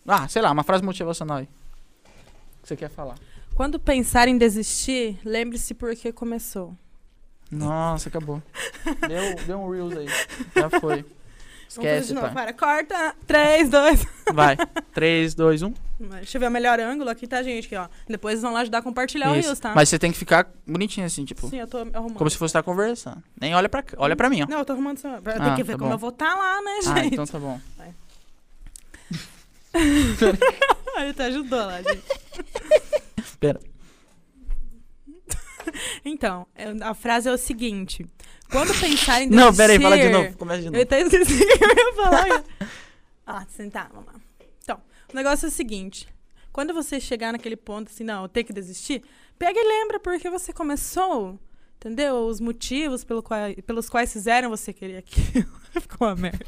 Ah, sei lá, uma frase motivacional aí. O que você quer falar? Quando pensar em desistir, lembre-se por que começou. Nossa, acabou. Deu, deu um Reels aí. Já foi. Vamos fazer Esquece, de novo, pai. para. Corta. 3, 2. Vai. um. 3, 2, 1. Deixa eu ver o melhor ângulo aqui, tá, gente? Aqui, ó. Depois eles vão lá ajudar a compartilhar o Rios, tá? Mas você tem que ficar bonitinho assim, tipo. Sim, eu tô arrumando. Como se fosse estar conversando. Nem olha pra, cá, olha pra mim, ó. Não, eu tô arrumando essa... Tem Ah, que ver tá como bom. eu vou estar lá, né, Ah, gente? então tá bom. Ele te ajudou lá, gente. Pera. Então, é- a frase é o seguinte. Quando pensar em desistir... Não, pera aí, fala de novo. Começa de novo. Eu até esqueci o que eu ia falar. ah, sentar, vamos lá. Então, o negócio é o seguinte. Quando você chegar naquele ponto assim, não, eu tenho que desistir, pega e lembra por que você começou. Entendeu? Os motivos pelo qual- pelos quais fizeram você querer aquilo. Ficou uma merda.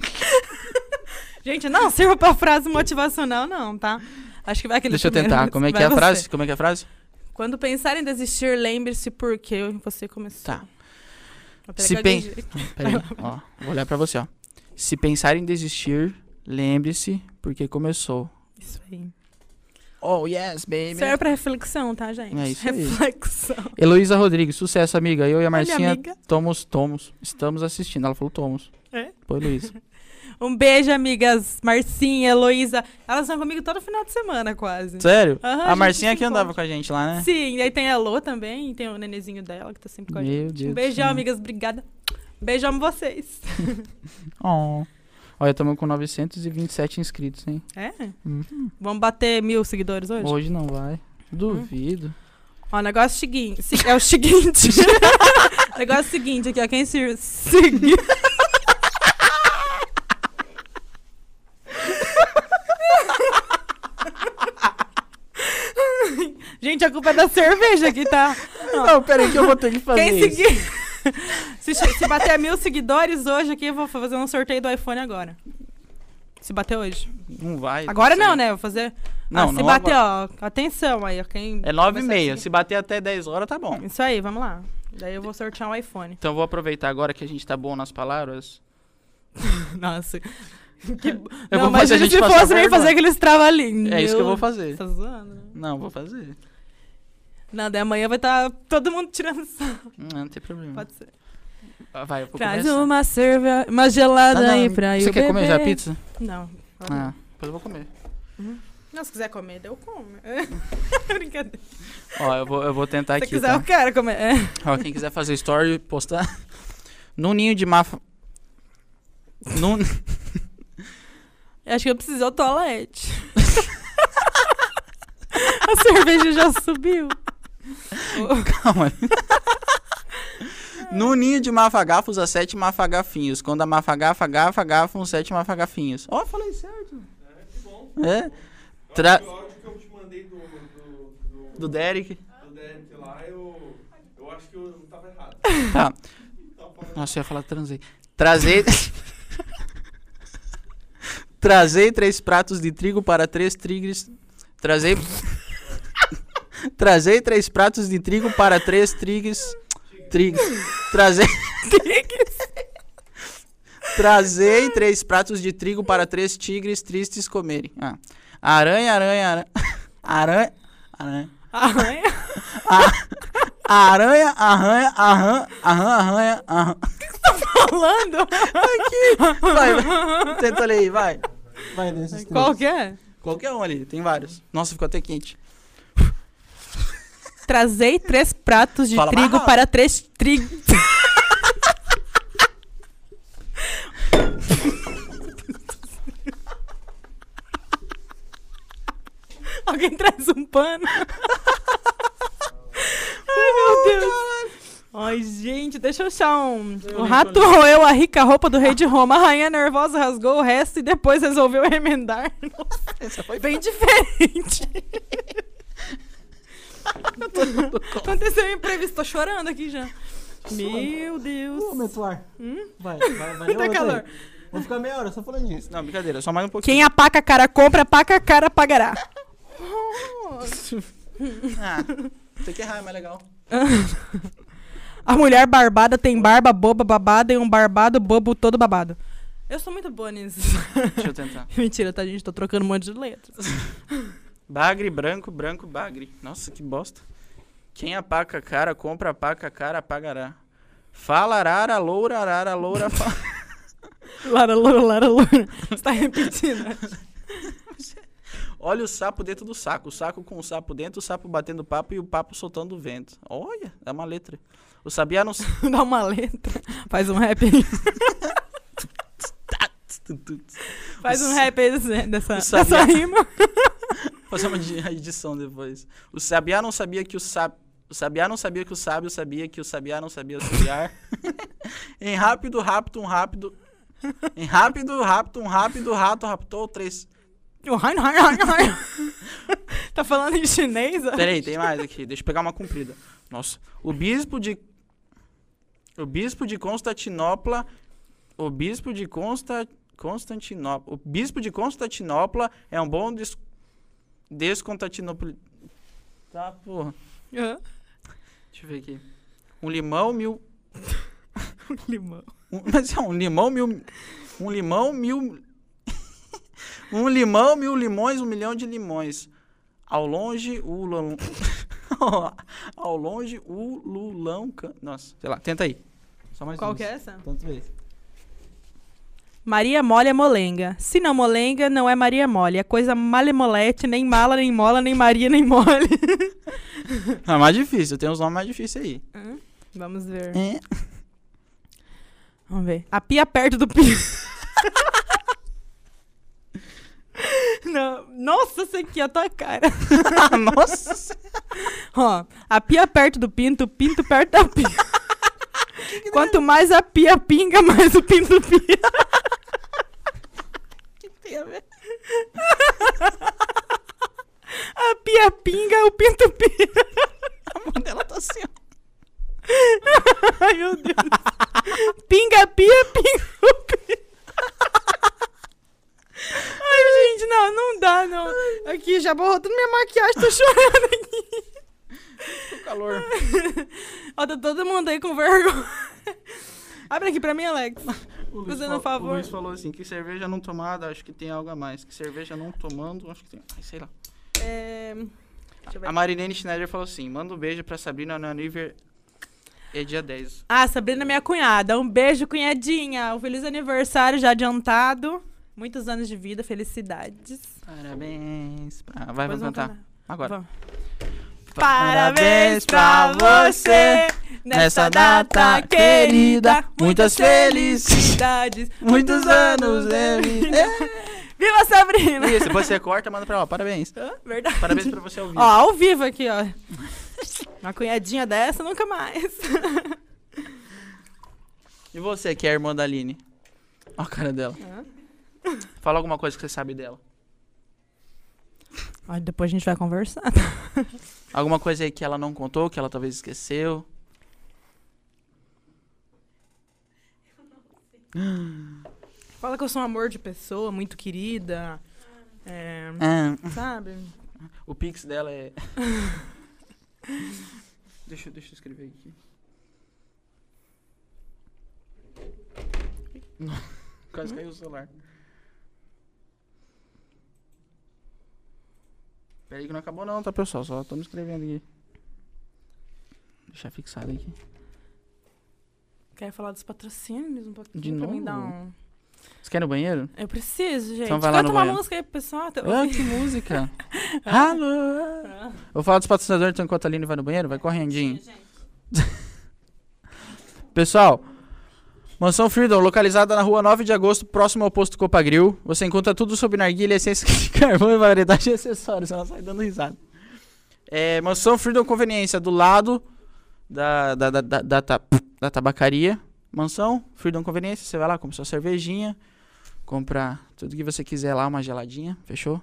Gente, não sirva pra frase motivacional, não, tá? Acho que vai aquele Deixa eu primeiro, tentar. Como é que vai é a você. frase? Como é que é a frase? Quando pensar em desistir, lembre-se por que você começou. Tá. Vou pegar Se pen- aquele jeito. Peraí, ó. Vou olhar pra você, ó. Se pensar em desistir, lembre-se porque começou. Isso aí. Oh, yes, baby. Serve pra reflexão, tá, gente? É isso aí. reflexão. Heloísa Rodrigues, sucesso, amiga. Eu e a Olha, Marcinha amiga. tomos, tomos. Estamos assistindo. Ela falou tomos. É? Pô, Heloísa. Um beijo, amigas. Marcinha, Heloísa. Elas estão comigo todo final de semana, quase. Sério? Aham, a gente, Marcinha se que andava encontra. com a gente lá, né? Sim, e aí tem a Lô também, e tem o nenezinho dela que tá sempre com a gente. Meu Deus. Um do beijão, céu. amigas. Obrigada. Beijo, amo vocês. Oh. Olha, estamos com 927 inscritos, hein? É? Uhum. Vamos bater mil seguidores hoje? Hoje não vai. Duvido. Ó, o negócio é o seguinte. se- É o seguinte. o negócio é o seguinte aqui, ó. Quem se seguir. Gente, a culpa é da cerveja aqui, tá? Não, peraí que eu vou ter que fazer Quem isso. seguir. se, che- se bater mil seguidores hoje aqui, eu vou fazer um sorteio do iPhone agora. Se bater hoje. Não vai. Agora sei. não, né? Vou fazer. Não, ah, não se bater, agora. ó. Atenção aí, ó. Quem É 9 e começar a meia. seguir. Se bater até 10 horas, tá bom. Isso aí, vamos lá. Daí eu vou sortear um iPhone. Então vou aproveitar agora que a gente tá bom nas palavras. Nossa. Que... bo- Eu Não, vou fazer a imagina gente se passar fosse nem vergonha. fazer aqueles trava-língua. É isso que eu vou fazer. Tá zoando, né? Não, vou fazer. Não, daí amanhã vai estar todo mundo tirando sarro. Não, não tem problema. Pode ser. Ah, Vai, eu vou Traz começar. uma cerveja, uma Tá, gelada não, aí pra eu Você quer comer beber. já a pizza? Não. Ah, depois eu vou comer. Não, se quiser comer, eu como. Brincadeira. Ó, eu vou, eu vou tentar se aqui, quiser, tá? eu quero comer. É. Ó, quem quiser fazer story, postar. Num ninho de mafa... Num... Eu Acho que eu preciso ao toalete. a cerveja já subiu. Calma. No ninho de mafagafos há sete mafagafinhos. Quando a mafagafa gafa, gafam sete mafagafinhos. Ó, falei certo. É, que bom. É. Eu Tra- acho que O áudio que eu te mandei do, do, do, Do Derek. do Derek lá, eu, eu acho que eu tava errado. Tá. Tava falando- Nossa, eu ia falar transei. Trazei. Trazei três pratos de trigo para três tigres. Trazei. Trazei três pratos de trigo para três tigres. Trigos. Trazei. Trazei três pratos de trigo para três tigres tristes comerem. Ah. Aranha, aranha, aranha. Aranha. Aranha. Arranha. Aranha, arranha, arranha, arranha, arranha, arranha. Falando? Vai, vai. Tenta ler aí, vai. Vai nesses Qual três. que é? Qualquer um ali, tem vários. Nossa, ficou até quente. Trazei três pratos de Fala mais trigo rápido. para três trigo. Alguém traz um pano? Ai, meu Deus. Ai, gente, deixa eu achar um. O rato roeu a rica roupa do rei de Roma. A rainha nervosa rasgou o resto e depois resolveu remendar. Essa É, foi Bem diferente. Aconteceu um imprevisto, tô chorando aqui já. Meu Deus. Metuar. Hum? Vai, vai, vai. Tá levanta calor. aí. Vou ficar meia hora só falando disso. Não, brincadeira, só mais um pouquinho. Quem apaca a cara compra, apaca a cara pagará. Ah, tem que errar, é mais legal. A mulher barbada tem barba boba babada e um barbado bobo todo babado. Eu sou muito boa nisso. Deixa eu tentar. Mentira, tá, gente? Tô trocando um monte de letras. Bagre, branco, branco, bagre. Nossa, que bosta. Quem apaca a cara, compra, apaca a cara, apagará. Fala arara, loura, arara, loura, fala. Lara, Loura, Lara, Loura. Você tá repetindo. Olha o sapo dentro do saco. O saco com o sapo dentro, o sapo batendo papo e o papo soltando o vento. Olha, dá uma letra. O sabiá não. Dá uma letra. Faz um rap aí. Faz um rap aí desse- dessa, O sabiá. dessa rima. Fazer uma di- a edição depois. O sabiá não sabia que o sábio. O sabiá não sabia que o sábio sabia que o sabiá não sabia sabiar. em rápido, rápido, um rápido. Em rápido, rápido, um rápido, rato raptou três. O Hain, Hain, Hain, Hain. Tá falando em chinês? ó? Peraí, tem mais aqui. Deixa eu pegar uma comprida. Nossa. O bispo de. O bispo de Constantinopla. O bispo de Consta... Constantinopla. O bispo de Constantinopla é um bom des... descontatinopoli. Tá, porra. Hã? Deixa eu ver aqui. Um limão mil. Limão. um- mas é um limão mil. Um limão mil. um limão mil limões, um milhão de limões. Ao longe o lulão. Ao longe o lulão. can- Nossa, sei lá, tenta aí. Só mais Qual duas. que é essa? Tanto fez. Maria mole é molenga. Se não molenga, não é Maria mole. É coisa malemolete, nem mala, nem mola, nem Maria, nem mole. Não, é mais difícil, tem uns nomes mais difíceis aí. Vamos ver. É. Vamos ver. A pia perto do pio. Não. Nossa, isso aqui é a tua cara. Nossa! Ó, a pia perto do pinto, o pinto perto da pia. Quanto mais a pia pinga, mais o pinto pia. A pia pinga, o pinto pia. A mão dela tá assim, ó. Ai, meu Deus. Pinga, pia, pinga, o pia. Ai, gente, não, não dá, não. Aqui, já borrou toda minha maquiagem, tô chorando aqui. O calor. Ó, tá todo mundo aí com vergonha. Abre aqui pra mim, Alex. O Fazendo fal- um favor. O Luiz falou assim: que cerveja não tomada, acho que tem algo a mais. Que cerveja não tomando, acho que tem. Ai, sei lá. É... Deixa eu ver. A Marilene Schneider falou assim: manda um beijo pra Sabrina no Aniver. É dia 10. Ah, Sabrina, minha cunhada. Um beijo, cunhadinha. Um feliz aniversário já adiantado. Muitos anos de vida, felicidades. Parabéns pra. Ah, Vai, Depois vamos vamos cantar. cantar. Agora. Vamos. Parabéns pra você nessa data querida. Muitas felicidades, né? Muitos anos de vida. Viva Sabrina! Isso, depois você corta, manda pra ela. Parabéns. Hã? Verdade. Parabéns pra você ouvir. Ó, ao vivo aqui, ó. Uma cunhadinha dessa, nunca mais. E você, que é a irmã da Aline? Olha a cara dela. Hã? Fala alguma coisa que você sabe dela. Ai, depois a gente vai conversar. Alguma coisa aí que ela não contou, que ela talvez esqueceu. Fala que eu sou um amor de pessoa, muito querida. É, Ah, sabe? o pix dela é. deixa, eu- deixa eu escrever aqui. Não, Quase caiu o celular. Peraí que não acabou não, tá pessoal? Só tô me escrevendo aqui. Deixar fixado aqui. Quer falar dos patrocínios um pouquinho? De pra mim novo? dar um... Você quer ir no banheiro? Eu preciso, gente. Então vai lá Canta no uma banheiro. música aí pro pessoal. Tá... Ah, que música! Alô! Vou falar dos patrocinadores então, enquanto a Aline vai no banheiro, vai correndinho. Pessoal, Mansão Freedom, localizada na rua 9 de agosto, próximo ao posto Copagril. Você encontra tudo sobre narguilha, essência de carvão e variedade de acessórios. Ela sai dando risada. É, Mansão Freedom Conveniência, do lado da, da, da, da, da ta- da tabacaria. Mansão Freedom Conveniência, você vai lá, compra sua cervejinha, compra tudo que você quiser lá, uma geladinha, fechou?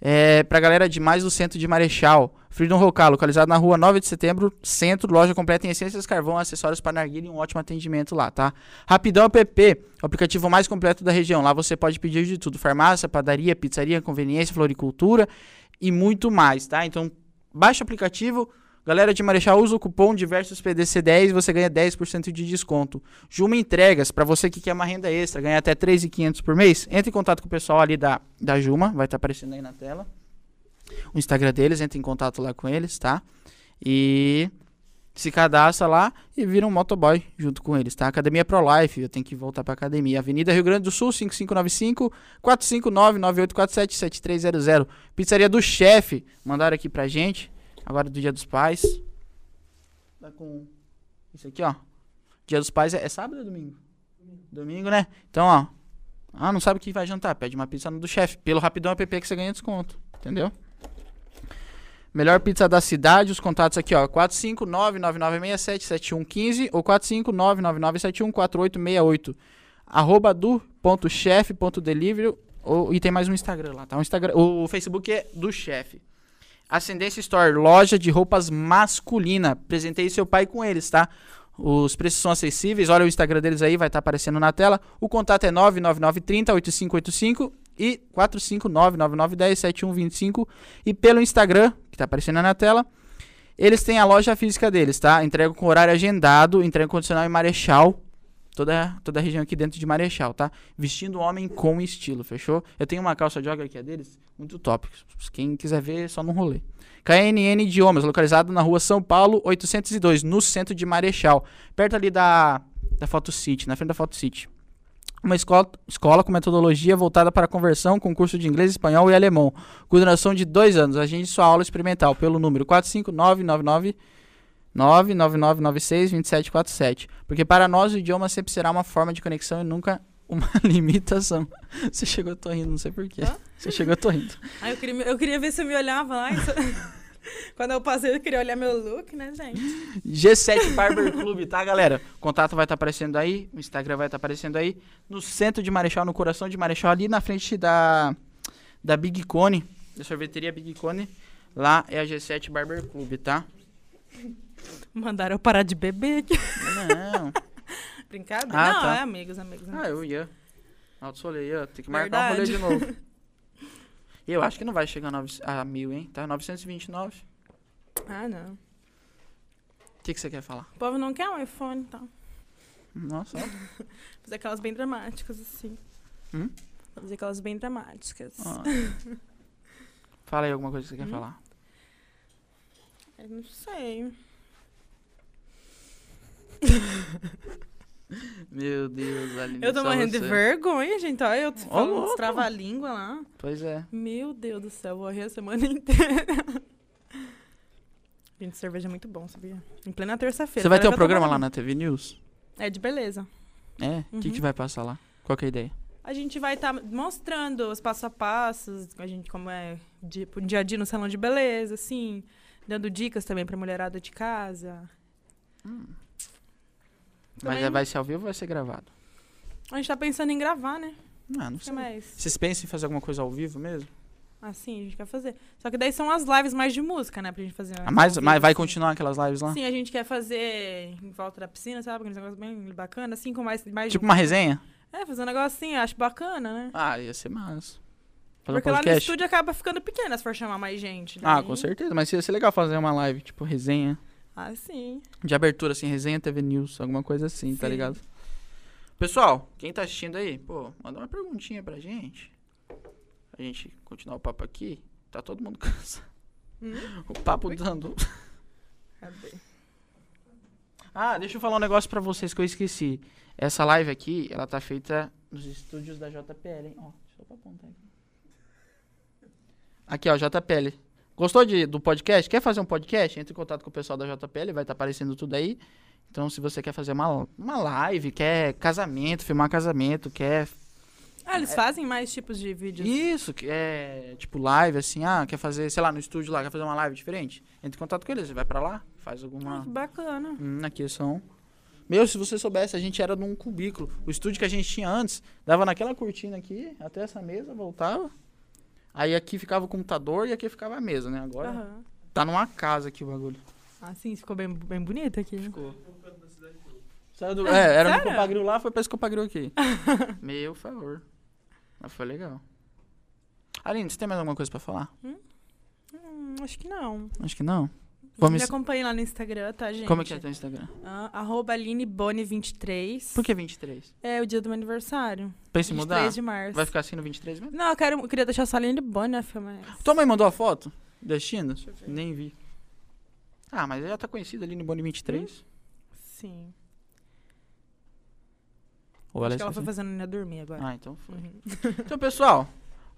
É, pra galera de mais do centro de Marechal, Freedom Rocar, localizado na rua 9 de setembro, centro, loja completa em essências, carvão, acessórios para narguilha e um ótimo atendimento lá, tá? Rapidão App, o aplicativo mais completo da região. Lá você pode pedir de tudo: farmácia, padaria, pizzaria, conveniência, floricultura e muito mais, tá? Então, baixa o aplicativo. Galera de Marechal, usa o cupom diversos PDC10 e você ganha 10% de desconto. Juma Entregas, para você que quer uma renda extra, ganha até 3.500 por mês, entre em contato com o pessoal ali da, da Juma, vai estar aparecendo aí na tela. O Instagram deles, entre em contato lá com eles, tá? E se cadastra lá e vira um motoboy junto com eles, tá? Academia Pro Life, eu tenho que voltar pra academia. Avenida Rio Grande do Sul, 5595 459 9847 7300. Pizzaria do Chefe, mandaram aqui pra gente, agora do Dia dos Pais. Tá com isso aqui, ó. Dia dos Pais é, é sábado ou domingo? Domingo, né? Então, ó. Ah, não sabe o que vai jantar? Pede uma pizza no do chefe. Pelo Rapidão App que você ganha desconto. Entendeu? Melhor pizza da cidade, os contatos aqui, ó. 459-9967-7115 ou 459-9971-4868. Arroba do ponto chefe ponto delivery, ou, e tem mais um Instagram lá, tá? O, Instagram, o, o Facebook é do chefe. Ascendência Store, loja de roupas masculina. Presentei seu pai com eles, tá? Os preços são acessíveis. Olha o Instagram deles aí, vai estar aparecendo na tela. O contato é 99930-8585 e 459-9910-7125. E pelo Instagram, que tá aparecendo aí na tela, eles têm a loja física deles, tá? Entrega com horário agendado, entrega condicional em Marechal. Toda, toda a região aqui dentro de Marechal, tá? Vestindo homem com estilo, fechou? Eu tenho uma calça jogger que é deles, muito top. Quem quiser ver, é só no rolê. KNN Idiomas, localizado na rua São Paulo, 802, no centro de Marechal. Perto ali da, da Foto City, na frente da Foto City. Uma escola, escola com metodologia voltada para conversão com curso de inglês, espanhol e alemão. Com duração de dois anos. Agende sua aula experimental pelo número 45999 999962747. Porque para nós o idioma sempre será uma forma de conexão e nunca uma limitação. Você chegou, eu tô rindo, não sei porquê. Hã? Você chegou, eu tô rindo. Ai, eu, queria, eu queria ver se eu me olhava lá. isso- Quando eu passei, eu queria olhar meu look, né, gente? G7 Barber Club, tá, galera? O contato vai estar aparecendo aí, o Instagram vai estar aparecendo aí. No centro de Marechal, no coração de Marechal, ali na frente da, da Big Cone, da sorveteria Big Cone. Lá é a G7 Barber Club, tá? Mandaram eu parar de beber aqui. Não. Brincadeira? Ah, não, tá. é amigos, amigos. amigos. ah, eu ia. Alto Soleil, ó. Tem que marcar o rolê Verdade. de novo. E eu acho que não vai chegar a, nove, a mil, hein? Tá 929. Ah, não. O que, que você quer falar? O povo não quer um iPhone, então. Nossa, Fazer aquelas bem dramáticas, assim. Hum? Ah. Fazer aquelas bem dramáticas. ó. Fala aí alguma coisa que você quer Hum? falar. Eu não sei. Meu Deus, Aline. Eu tô só morrendo de você. vergonha, gente. Olha, eu Ô, falando louco. destrava a língua lá. Pois é. Meu Deus do céu, eu vou rir a semana inteira. Gente, cerveja é muito bom, sabia? Em plena terça-feira. Você vai agora ter um eu vou programa tomar lá né? uma. na TV News? É de beleza. É? O que, que Uhum. vai passar lá? Qual que é a ideia? A gente vai estar mostrando os passo a passos, a gente como é de, pro dia a dia no salão de beleza, assim, dando dicas também pra mulherada de casa. Mas Também- vai ser ao vivo ou vai ser gravado? A gente tá pensando em gravar, né? Ah, não O que sei. mais? Vocês pensam em fazer alguma coisa ao vivo mesmo? Assim, a gente quer fazer. Só que daí são as lives mais de música, né? Pra gente fazer. Ah, mas, ao mas vivo, vai assim. continuar aquelas lives lá? Sim, a gente quer fazer em volta da piscina, sabe? Aqueles negócios bem bacana, assim, com mais. mais Tipo uma resenha? É, fazer um negócio assim, eu acho bacana, né? Ah, ia ser massa. Fazer um Porque lá no podcast? estúdio acaba ficando pequena se for chamar mais gente. Ah, daí- com certeza. Mas ia ser legal fazer uma live, tipo resenha. Ah, sim. De abertura, assim, resenha TV News, alguma coisa assim, tá Sim. ligado? Pessoal, quem tá assistindo aí, pô, manda uma perguntinha pra gente. A gente continuar o papo aqui. Tá todo mundo cansado. Hum? O papo dando. É Cadê? Ah, deixa eu falar um negócio pra vocês que eu esqueci. Essa live aqui, ela tá feita nos estúdios da JPL, hein? Ó, deixa eu apontar aqui. Aqui, ó, JPL. Gostou de, do podcast? Quer fazer um podcast? Entre em contato com o pessoal da JPL, vai estar aparecendo tudo aí. Então, se você quer fazer uma, uma live, quer casamento, filmar casamento, quer Ah, eles fazem mais tipos de vídeos. isso, que é tipo live, assim, ah, quer fazer, sei lá, no estúdio lá, quer fazer uma live diferente? Entre em contato com eles, vai pra lá, faz Ah, alguma. que bacana. Hum, aqui são. Meu, se você soubesse, a gente era num cubículo. O estúdio que a gente tinha antes, dava naquela cortina aqui, até essa mesa, voltava. Aí aqui ficava o computador e aqui ficava a mesa, né? Agora Aham. tá numa casa aqui o bagulho. Ah, sim, ficou bem, bem bonito aqui. Ficou. Saiu do... É, era Sério? no Copagril lá, foi pra esse Copagril aqui. Meu favor. Mas foi legal. Aline, você tem mais alguma coisa pra falar? Hum, acho que não. Acho que não. Me Vamos. acompanhe lá no Instagram, tá, gente? Como é que é teu Instagram? Ah, arroba AlineBoni23. Por que 23? É o dia do meu aniversário. Pensa em mudar? de março. Vai ficar assim no 23 mesmo? Não, eu, quero, eu queria deixar só a Aline Boni, né, filha? Mas... Tua mãe mandou a foto da China? eu ver. Nem vi. Ah, mas ela tá conhecida ali no Boni 23. Hum? Sim. Ou Acho ela, é assim? que ela foi esqueceu? fazendo a Aline dormir agora. Ah, então foi. Uhum. Então, pessoal,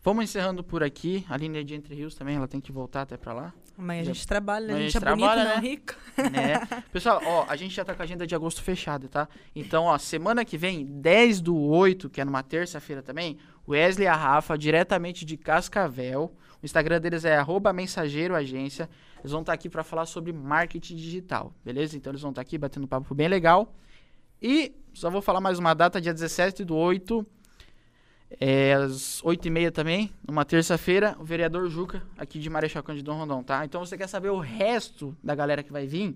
vamos encerrando por aqui. A Aline é de Entre Rios também, ela tem que voltar até pra lá. Amanhã a Já- gente trabalha, a Amanhã gente, a gente é bonito, trabalha, não né? rico. né? Pessoal, ó, a gente já tá com a agenda de agosto fechada, tá? Então, ó, semana que vem, 10 do 8, que é numa terça-feira também, Wesley e a Rafa, diretamente de Cascavel. O Instagram deles é arroba mensageiroagência. Eles vão estar aqui para falar sobre marketing digital, beleza? Então, eles vão estar aqui batendo papo bem legal. E só vou falar mais uma data, dia 17 do 8, é, às 8h30 também, numa terça-feira, o vereador Juca, aqui de Marechal Cândido Rondon, tá? Então, você quer saber o resto da galera que vai vir?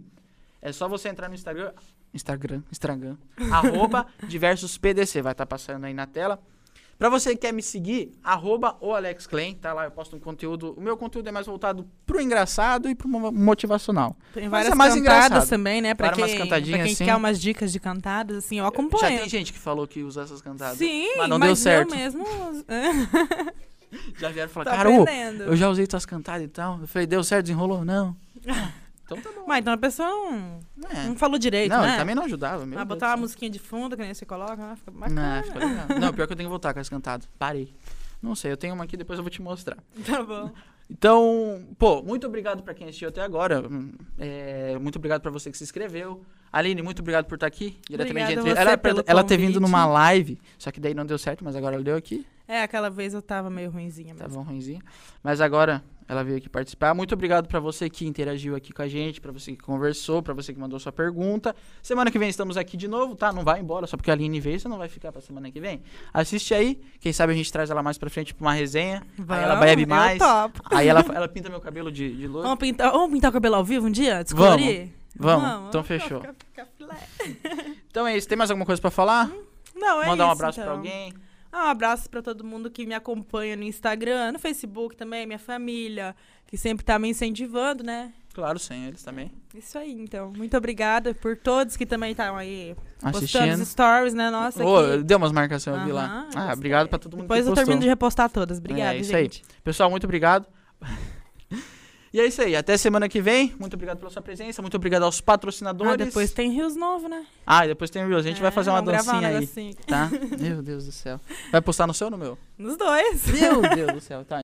É só você entrar no Instagram, Instagram, Instagram, arroba diversos PDC, vai estar passando aí na tela. Pra você que quer me seguir, arroba o Alex Klein, tá lá, eu posto um conteúdo, o meu conteúdo é mais voltado pro engraçado e pro mo- motivacional. Tem Mas várias é mais cantadas engraçado. também, né? Pra Várias quem, umas cantadinhas, pra quem assim. quer umas dicas de cantadas, assim, eu Já acompanho. tem gente que falou que usa essas cantadas. Sim, mas não deu certo. eu mesmo uso. Já vieram falar, Tô cara, ô, Tá aprendendo. eu já usei tuas cantadas e tal. Eu falei, deu certo, desenrolou? Não. então tá bom. Mas então a pessoa não, É. não falou direito, não, né? ele também não ajudava. Meu Mas Deus botar uma do céu. musiquinha de fundo, que nem você coloca, né? Fica Não, bacana. ficou legal. Não, pior que eu tenho que voltar com as cantadas. Parei. Não sei, eu tenho uma aqui, depois eu vou te mostrar. Tá bom. Então, pô, muito obrigado pra quem assistiu até agora. Hum, é, muito obrigado pra você que se inscreveu. Aline, muito obrigado por estar aqui. Diretamente Obrigada entre... a você ela, pelo ela ter vindo convite. numa live, só que daí não deu certo, mas agora ela deu aqui. É, aquela vez eu tava meio ruinzinha mesmo. Tava um ruimzinho. Mas agora ela veio aqui participar. Muito obrigado pra você que interagiu aqui com a gente, pra você que conversou, pra você que mandou sua pergunta. Semana que vem estamos aqui de novo, tá? Não vai embora, só porque a Aline veio, você não vai ficar pra semana que vem. Assiste aí, quem sabe a gente traz ela mais pra frente pra uma resenha. aí ela Vamos, bebe eu mais. topo. Aí ela, ela pinta meu cabelo de, de loiro. Vamos pintar, vamos pintar o cabelo ao vivo um dia? Descolorir? Vamos, então fechou. fica- fica filé. Então é isso, tem mais alguma coisa pra falar? Não, é Mandar um isso, abraço pra então. alguém. Ah, um abraço pra todo mundo que me acompanha no Instagram, no Facebook também, minha família, que sempre tá me incentivando, né? Claro, sem eles também. Isso aí, então. Muito obrigada por todos que também estavam aí postando Assistindo. os stories, né? Nossa, Ô, que... deu umas marcações, eu vi Aham, lá. eu Ah, gostei. obrigado pra todo mundo Depois que eu postou. termino de repostar todas. Obrigada, É, isso aí. gente. Pessoal, muito obrigado. E é isso aí. Até semana que vem. Muito obrigado pela sua presença. Muito obrigado aos patrocinadores. Ah, depois tem Rios Novo, né? Ah, e depois tem o Reels. A gente vai É, fazer uma vamos gravar um dancinha aí. negocinho. Tá? Meu Deus do céu. Vai postar no seu ou no meu? Nos dois. Meu Deus do céu. Tá,